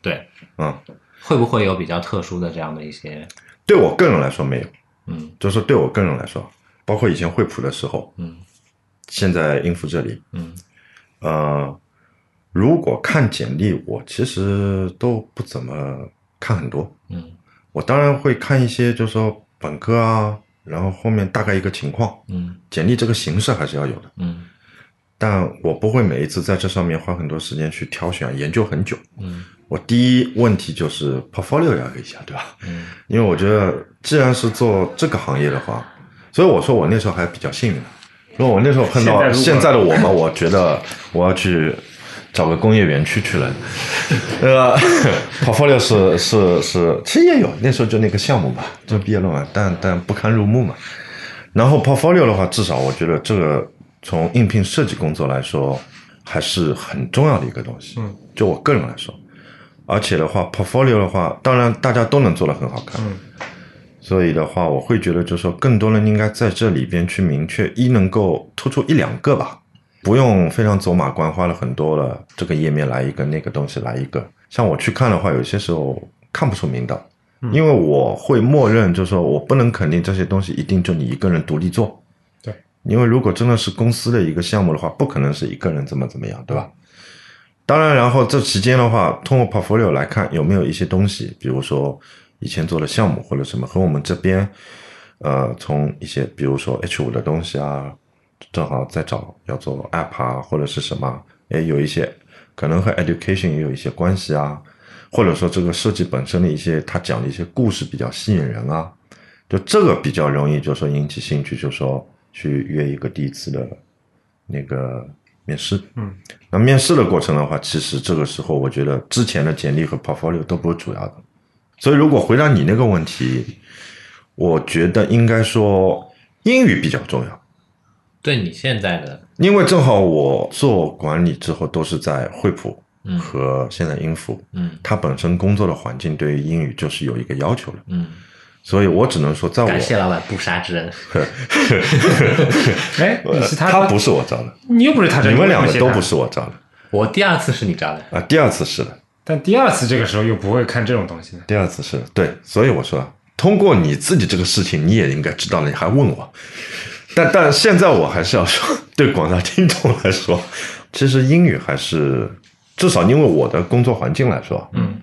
S3: 对，
S2: 嗯，
S3: 会不会有比较特殊的这样的一些，
S2: 对我个人来说没有，
S3: 嗯
S2: 就是对我个人来说，包括以前惠普的时候，
S3: 嗯
S2: 现在英孚这里，
S3: 嗯
S2: 呃，如果看简历，我其实都不怎么看很多，
S3: 嗯
S2: 我当然会看一些，就是说本科啊，然后后面大概一个情况，
S3: 嗯
S2: 简历这个形式还是要有的，
S3: 嗯
S2: 但我不会每一次在这上面花很多时间去挑选、研究很久。
S3: 嗯
S2: 我第一问题就是 portfolio 要有一下，对吧？
S3: 嗯
S2: 因为我觉得既然是做这个行业的话，所以我说我那时候还比较幸运的，因为我那时候碰
S1: 现在
S2: 到
S1: 如果
S2: 现在的我们，我觉得我要去找个工业园区去了。 呃 ，portfolio 是是是，其实也有，那时候就那个项目吧，就毕业论文，但但不堪入目嘛。然后 portfolio 的话，至少我觉得这个从应聘设计工作来说，还是很重要的一个东西。
S1: 嗯，
S2: 就我个人来说，而且的话，portfolio 的话，当然大家都能做得很好看。
S1: 嗯
S2: 所以的话，我会觉得就是说，更多人应该在这里边去明确，一能够突出一两个吧，不用非常走马观花了很多了，这个页面来一个，那个东西来一个。像我去看的话，有些时候看不出名堂，
S1: 嗯
S2: 因为我会默认就是说我不能肯定这些东西一定就你一个人独立做。
S1: 对，
S2: 因为如果真的是公司的一个项目的话，不可能是一个人怎么怎么样，对吧？当然，然后这期间的话，通过 portfolio 来看有没有一些东西，比如说以前做的项目或者什么，和我们这边，呃，从一些比如说 H 五的东西啊，正好在找要做 app 啊或者是什么，也有一些可能和 education 也有一些关系啊，或者说这个设计本身的一些他讲的一些故事比较吸引人啊，就这个比较容易就说引起兴趣，就说去约一个第一次的那个面试，
S1: 嗯，
S2: 那面试的过程的话，其实这个时候我觉得之前的简历和 portfolio 都不是主要的。所以如果回答你那个问题，我觉得应该说英语比较重要，
S3: 对你现在的
S2: 因为正好我做管理之后都是在惠普
S3: 嗯
S2: 和现在英孚，
S3: 嗯
S2: 它本身工作的环境对于英语就是有一个要求的，
S3: 嗯，
S2: 所以我只能说
S1: 哦
S2: 在我
S3: 感谢老板不杀之恩，
S1: 哎，你是
S2: 呃他
S1: 他
S2: 不是我招的，
S1: 你又不是他这
S2: 你们两个都不
S1: 是。
S2: 是我招的
S3: 我第二次是你招的，
S2: 啊，第二次是的。
S1: 但第二次这个时候又不会看这种东西了。
S2: 第二次是对，所以我说，通过你自己这个事情，你也应该知道了，你还问我。但但现在我还是要说，对广大听众来说，其实英语还是至少因为我的工作环境来说，
S1: 嗯，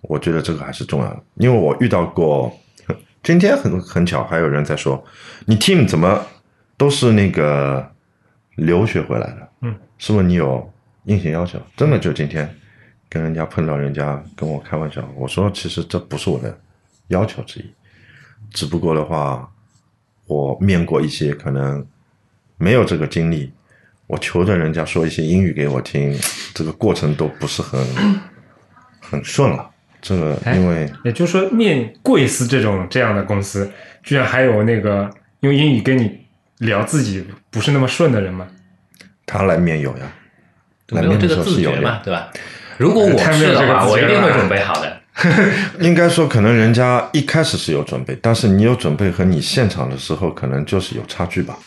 S2: 我觉得这个还是重要的，因为我遇到过，今天很很巧，还有人在说，你 team 怎么都是那个留学回来的，
S1: 嗯，
S2: 是不是你有硬性要求？真的就今天跟人家碰到，人家跟我开玩笑，我说其实这不是我的要求之一，只不过的话，我面过一些可能没有这个经历，我求着人家说一些英语给我听，这个过程都不是很 很顺了。这个
S1: 哎
S2: 因为
S1: 也就是说，面贵司这种这样的公司，居然还有那个用英语跟你聊自己不是那么顺的人吗？
S2: 他来面友呀，
S3: 没
S2: 来
S3: 有
S2: 面
S3: 这
S2: 的时
S3: 个
S2: 候
S3: 自
S2: 是有
S3: 觉
S2: 的
S3: 嘛，。对吧？如果我
S1: 呃太没有
S3: 是
S1: 这
S3: 的
S1: 个
S3: 话，
S1: 自
S3: 我
S1: 觉
S3: 一定
S1: 了
S3: 会
S1: 吧
S3: 准备好的。
S2: 应该说，可能人家一开始是有准备，但是你有准备和你现场的时候，可能就是有差距吧。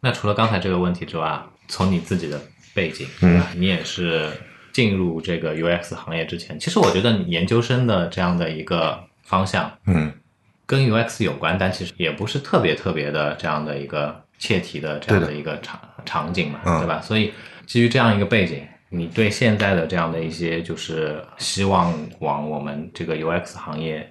S3: 那除了刚才这个问题之外啊，从你自己的背景，嗯，你也是进入这个 UX 行业之前，其实我觉得你研究生的这样的一个方向
S2: 嗯，
S3: 跟 UX 有关，但其实也不是特别特别的这样的一个切题的这样的一个场场景嘛，
S2: 嗯
S3: 对吧？所以基于这样一个背景，你对现在的这样的一些就是希望往我们这个 UX 行业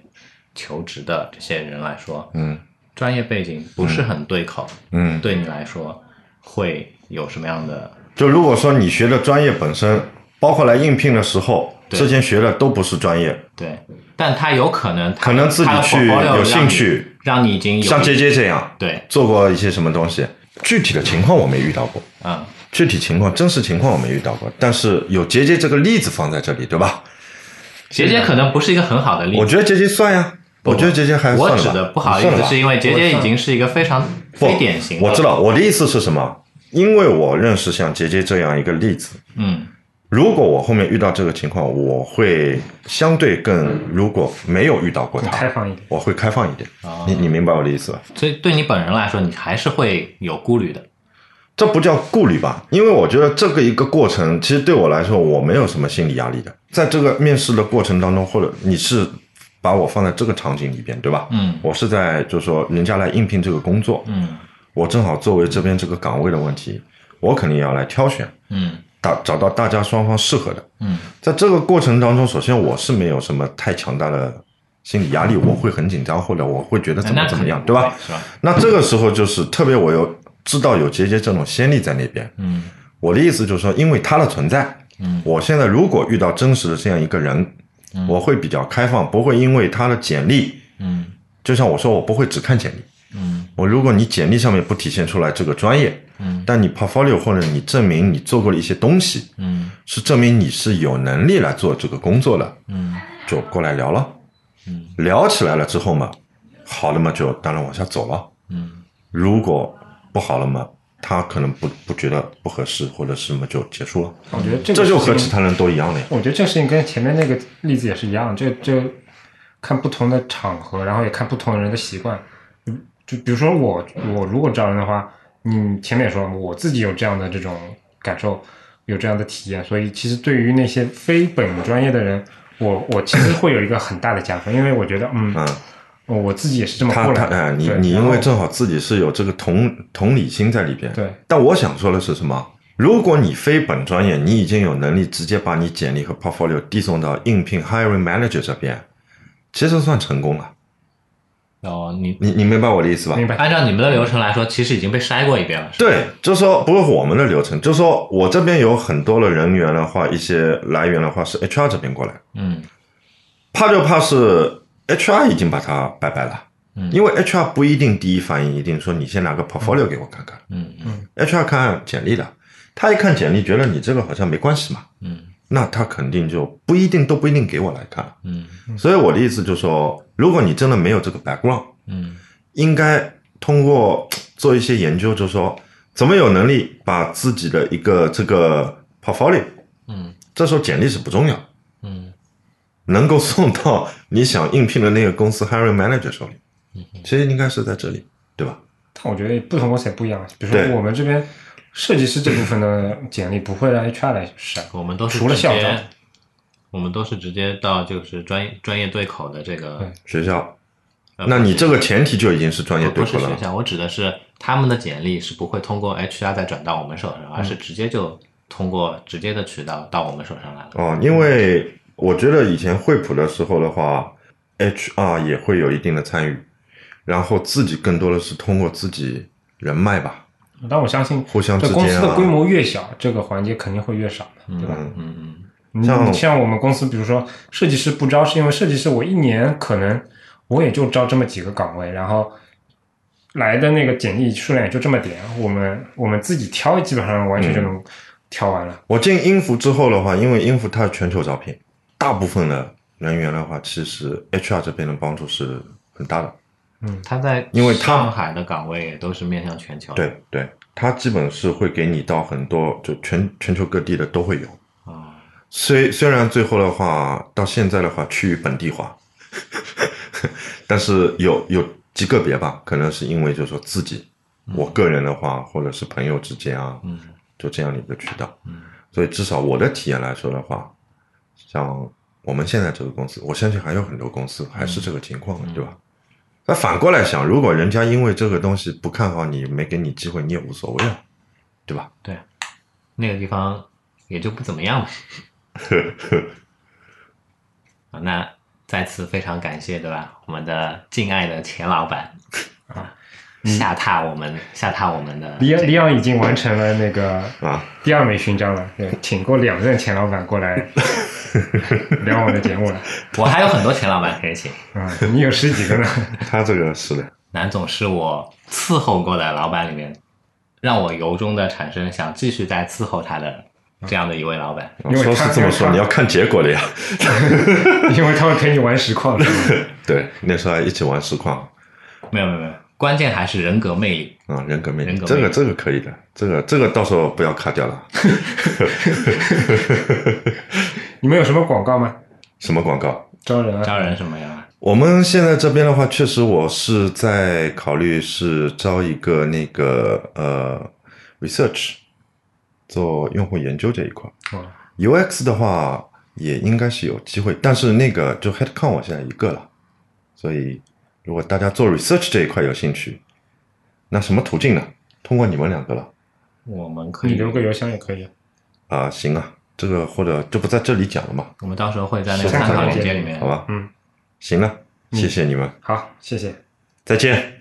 S3: 求职的这些人来说，
S2: 嗯，
S3: 专业背景不是很对口，
S2: 嗯，
S3: 对你来说会有什么样的？
S2: 就如果说你学的专业本身，包括来应聘的时候，
S3: 对
S2: 之前学的都不是专业，
S3: 对，但他有可能他
S2: 可能自己
S3: 他的
S2: 去
S3: portfolio 让
S2: 有
S3: 你
S2: 兴趣，
S3: 让你已经有
S2: 像 J J 这样
S3: 对，
S2: 做过一些什么东西，具体的情况我没遇到过，
S3: 嗯，
S2: 具体情况真实情况我没遇到过，但是有 J J 这个例子放在这里，对吧？
S3: 杰杰可能不是一个很好的例子
S2: 我。觉得 J J 算呀，我觉得 J J 还算
S3: 我
S2: 了吧
S3: 指的不好意
S2: 算了
S3: 思，
S2: 吧
S3: 是因为杰杰已经是一个非常
S2: 不
S3: 非典型的，
S2: 我知，道我的意思是什么，因为我认识像杰杰这样一个例子，
S3: 嗯，
S2: 如果我后面遇到这个情况，我会相对更，如果没有遇到过
S1: 开
S2: 他，
S1: 放一点，
S2: 我会开放一点。
S3: 啊
S2: 你你明白我的意思吧？
S3: 所以对你本人来说，你还是会有顾虑的，
S2: 这不叫顾虑吧？因为我觉得这个一个过程，其实对我来说，我没有什么心理压力的。在这个面试的过程当中，或者你是把我放在这个场景里边，对吧？
S3: 嗯
S2: 我是在就是说人家来应聘这个工作，
S3: 嗯
S2: 我正好作为这边这个岗位的问题，我肯定要来挑选，
S3: 嗯
S2: 大找到大家双方适合的。
S3: 嗯
S2: 在这个过程当中，首先我是没有什么太强大的心理压力，我会很紧张，或者我会觉得怎
S3: 那
S2: 么
S3: 肯
S2: 怎么样，
S3: 定
S2: 对吧
S3: 不？会哎是吧？
S2: 那这个时候就是特别，我有知道有杰杰这种先例在那边。
S3: 嗯
S2: 我的意思就是说，因为他的存在，
S3: 嗯，
S2: 我现在如果遇到真实的这样一个人，
S3: 嗯
S2: 我会比较开放，不会因为他的简历，
S3: 嗯
S2: 就像我说，我不会只看简历。
S3: 嗯
S2: 我如果你简历上面不体现出来这个专业，
S3: 嗯
S2: 但你 portfolio 或者你证明你做过的一些东西，
S3: 嗯
S2: 是证明你是有能力来做这个工作的，
S3: 嗯
S2: 就过来聊了。
S3: 嗯
S2: 聊起来了之后嘛，好了嘛，就当然往下走了。
S3: 嗯
S2: 如果不好了嘛，他可能不不觉得不合适或者是什么就结束了。
S1: 我觉得这个
S2: 这就和
S1: 事情
S2: 其他人都一样的呀。
S1: 我觉得这个事情跟前面那个例子也是一样，这这看不同的场合，然后也看不同的人的习惯。嗯就比如说我，我如果招人的话，你前面也说了，我自己有这样的这种感受，有这样的体验，所以其实对于那些非本专业的人，我我其实会有一个很大的加分，因为我觉得，嗯，
S2: 嗯，
S1: 我自己也是这么
S2: 他
S1: 过
S2: 他
S1: 来的。
S2: 哎，你
S1: 对
S2: 你
S1: 然
S2: 因
S1: 后
S2: 为正好自己是有这个同同理心在里边。
S1: 对。
S2: 但我想说的是什么？如果你非本专业，你已经有能力直接把你简历和 portfolio 递送到应聘 hiring manager 这边，其实算成功了。
S3: 然后哦你
S2: 你你明白我的意思吧？
S1: 明白，
S3: 按照你们的流程来说，其实已经被筛过一遍了，是吧，
S2: 对，就说不是我们的流程，就说我这边有很多的人员的话，一些来源的话是 HR 这边过来，
S3: 嗯
S2: 怕就怕是 HR 已经把他拜拜了，
S3: 嗯
S2: 因为 HR 不一定第一反应一定说你先拿个 portfolio 给我看看、
S3: 嗯嗯
S2: h r 看简历的，他一看简历觉得你这个好像没关系嘛，
S3: 嗯
S2: 那他肯定就不一定都不一定给我来看，
S3: 嗯
S2: 所以我的意思就是说，如果你真的没有这个 background，
S3: 嗯
S2: 应该通过做一些研究，就是说怎么有能力把自己的一个这个 portfolio，
S3: 嗯
S2: 这时候简历是不重要，
S3: 嗯
S2: 能够送到你想应聘的那个公司 hiring manager 手里，
S3: 嗯
S2: 其实应该是在这里，对吧？
S1: 但我觉得不同公司也不一样。比如说
S2: 对
S1: 我们这边设计师这部分的简历不会让 HR 来筛，
S3: 我们都是
S1: 除了
S3: 直接
S1: 校长
S3: 我们都是直接到就是专业专业对口的这个
S1: 对，
S2: 学校，
S3: 呃
S2: 那你这个前提就已经是专业
S3: 不
S2: 对
S3: 哦不是
S2: 口
S3: 学
S2: 了。
S3: 校，我指的是他们的简历是不会通过 HR 再转到我们手
S1: 嗯
S3: 上，而是直接就通过直接的渠道到我们手上来了。
S2: 哦，因为我觉得以前惠普的时候的话，HR 也会有一定的参与，然后自己更多的是通过自己人脉吧，
S1: 但我相信
S2: 互相之
S1: 这
S2: 间
S1: 公
S2: 啊。
S1: 司的规模越小，这个环节肯定会越少的，对吧？
S3: 嗯嗯
S1: 你
S2: 像
S1: 你像我们公司，比如说设计师不招，是因为设计师我一年可能我也就招这么几个岗位，然后来的那个简历数量也就这么点，我们我们自己挑，基本上完全
S2: 嗯
S1: 就能挑完了。
S2: 我进英孚之后的话，因为英孚它是全球招聘，大部分的人员的话，其实 HR 这边的帮助是很大的。
S3: 他在
S2: 因为他
S3: 上海的岗位也都是面向全球，
S2: 对对，它基本是会给你到很多就全全球各地的都会有。
S3: 啊，
S2: 虽虽然最后的话，到现在的话趋于本地化， 但是有有极个别吧，可能是因为就是说自己，
S1: 嗯
S2: 我个人的话，或者是朋友之间啊，
S3: 嗯
S2: 就这样的一个渠道。
S3: 嗯
S2: 所以至少我的体验来说的话，像我们现在这个公司，我相信还有很多公司还是这个情况的，
S1: 嗯
S2: 对吧？那反过来想，如果人家因为这个东西不看好你，没给你机会，你也无所谓啊，对吧？
S3: 对，那个地方也就不怎么 样了。啊那再次非常感谢，对吧？我们的敬爱的钱老板啊，
S1: 嗯
S3: 下榻我们下榻我们的
S1: 李昂李昂已经完成了那个
S2: 啊，
S1: 第二枚勋章了，对，请过两任钱老板过 来聊我们的节目了。
S3: 我还有很多钱老板可以请。
S1: 啊、你有十几个呢，
S2: 他这个是的，
S3: 南总是我伺候过的老板里面，让我由衷的产生想继续再伺候他的这样的一位老板。
S1: 因为
S2: 说
S1: 他
S2: 是这么说，
S1: 他
S2: 你要看结果的呀。
S1: 因为他会陪你玩实况。是吧
S2: 对，那时候还一起玩实况
S3: 没有没有没有，关键还是人格魅力。
S2: 啊，人格魅力
S3: 人，格
S2: 这
S3: 魅
S2: 个
S3: 力
S2: 这个可以的，这个这个到时候不要卡掉了。
S1: 你们有什么广告吗？
S2: 什么广告？
S1: 招人啊？
S3: 招人什么样啊？
S2: 我们现在这边的话，确实我是在考虑是招一个那个呃 research 做用户研究这一块
S1: 哦
S2: ，UX 的话也应该是有机会，但是那个就 headcount 我现在一个了，所以如果大家做 research 这一块有兴趣，那什么途径呢？通过你们两个了
S3: 我们可
S1: 你
S3: 以
S1: 留个邮箱也可以。
S2: 啊、行啊，这个或者就不在这里讲了嘛，
S3: 我们到时候会在那个
S1: 下
S3: 参
S1: 次
S3: 考
S1: 再
S3: 链接
S1: 见
S3: 里面
S2: 好吧？啊
S1: 嗯，
S2: 行了，谢谢你们，
S1: 好，谢谢。
S2: 再见。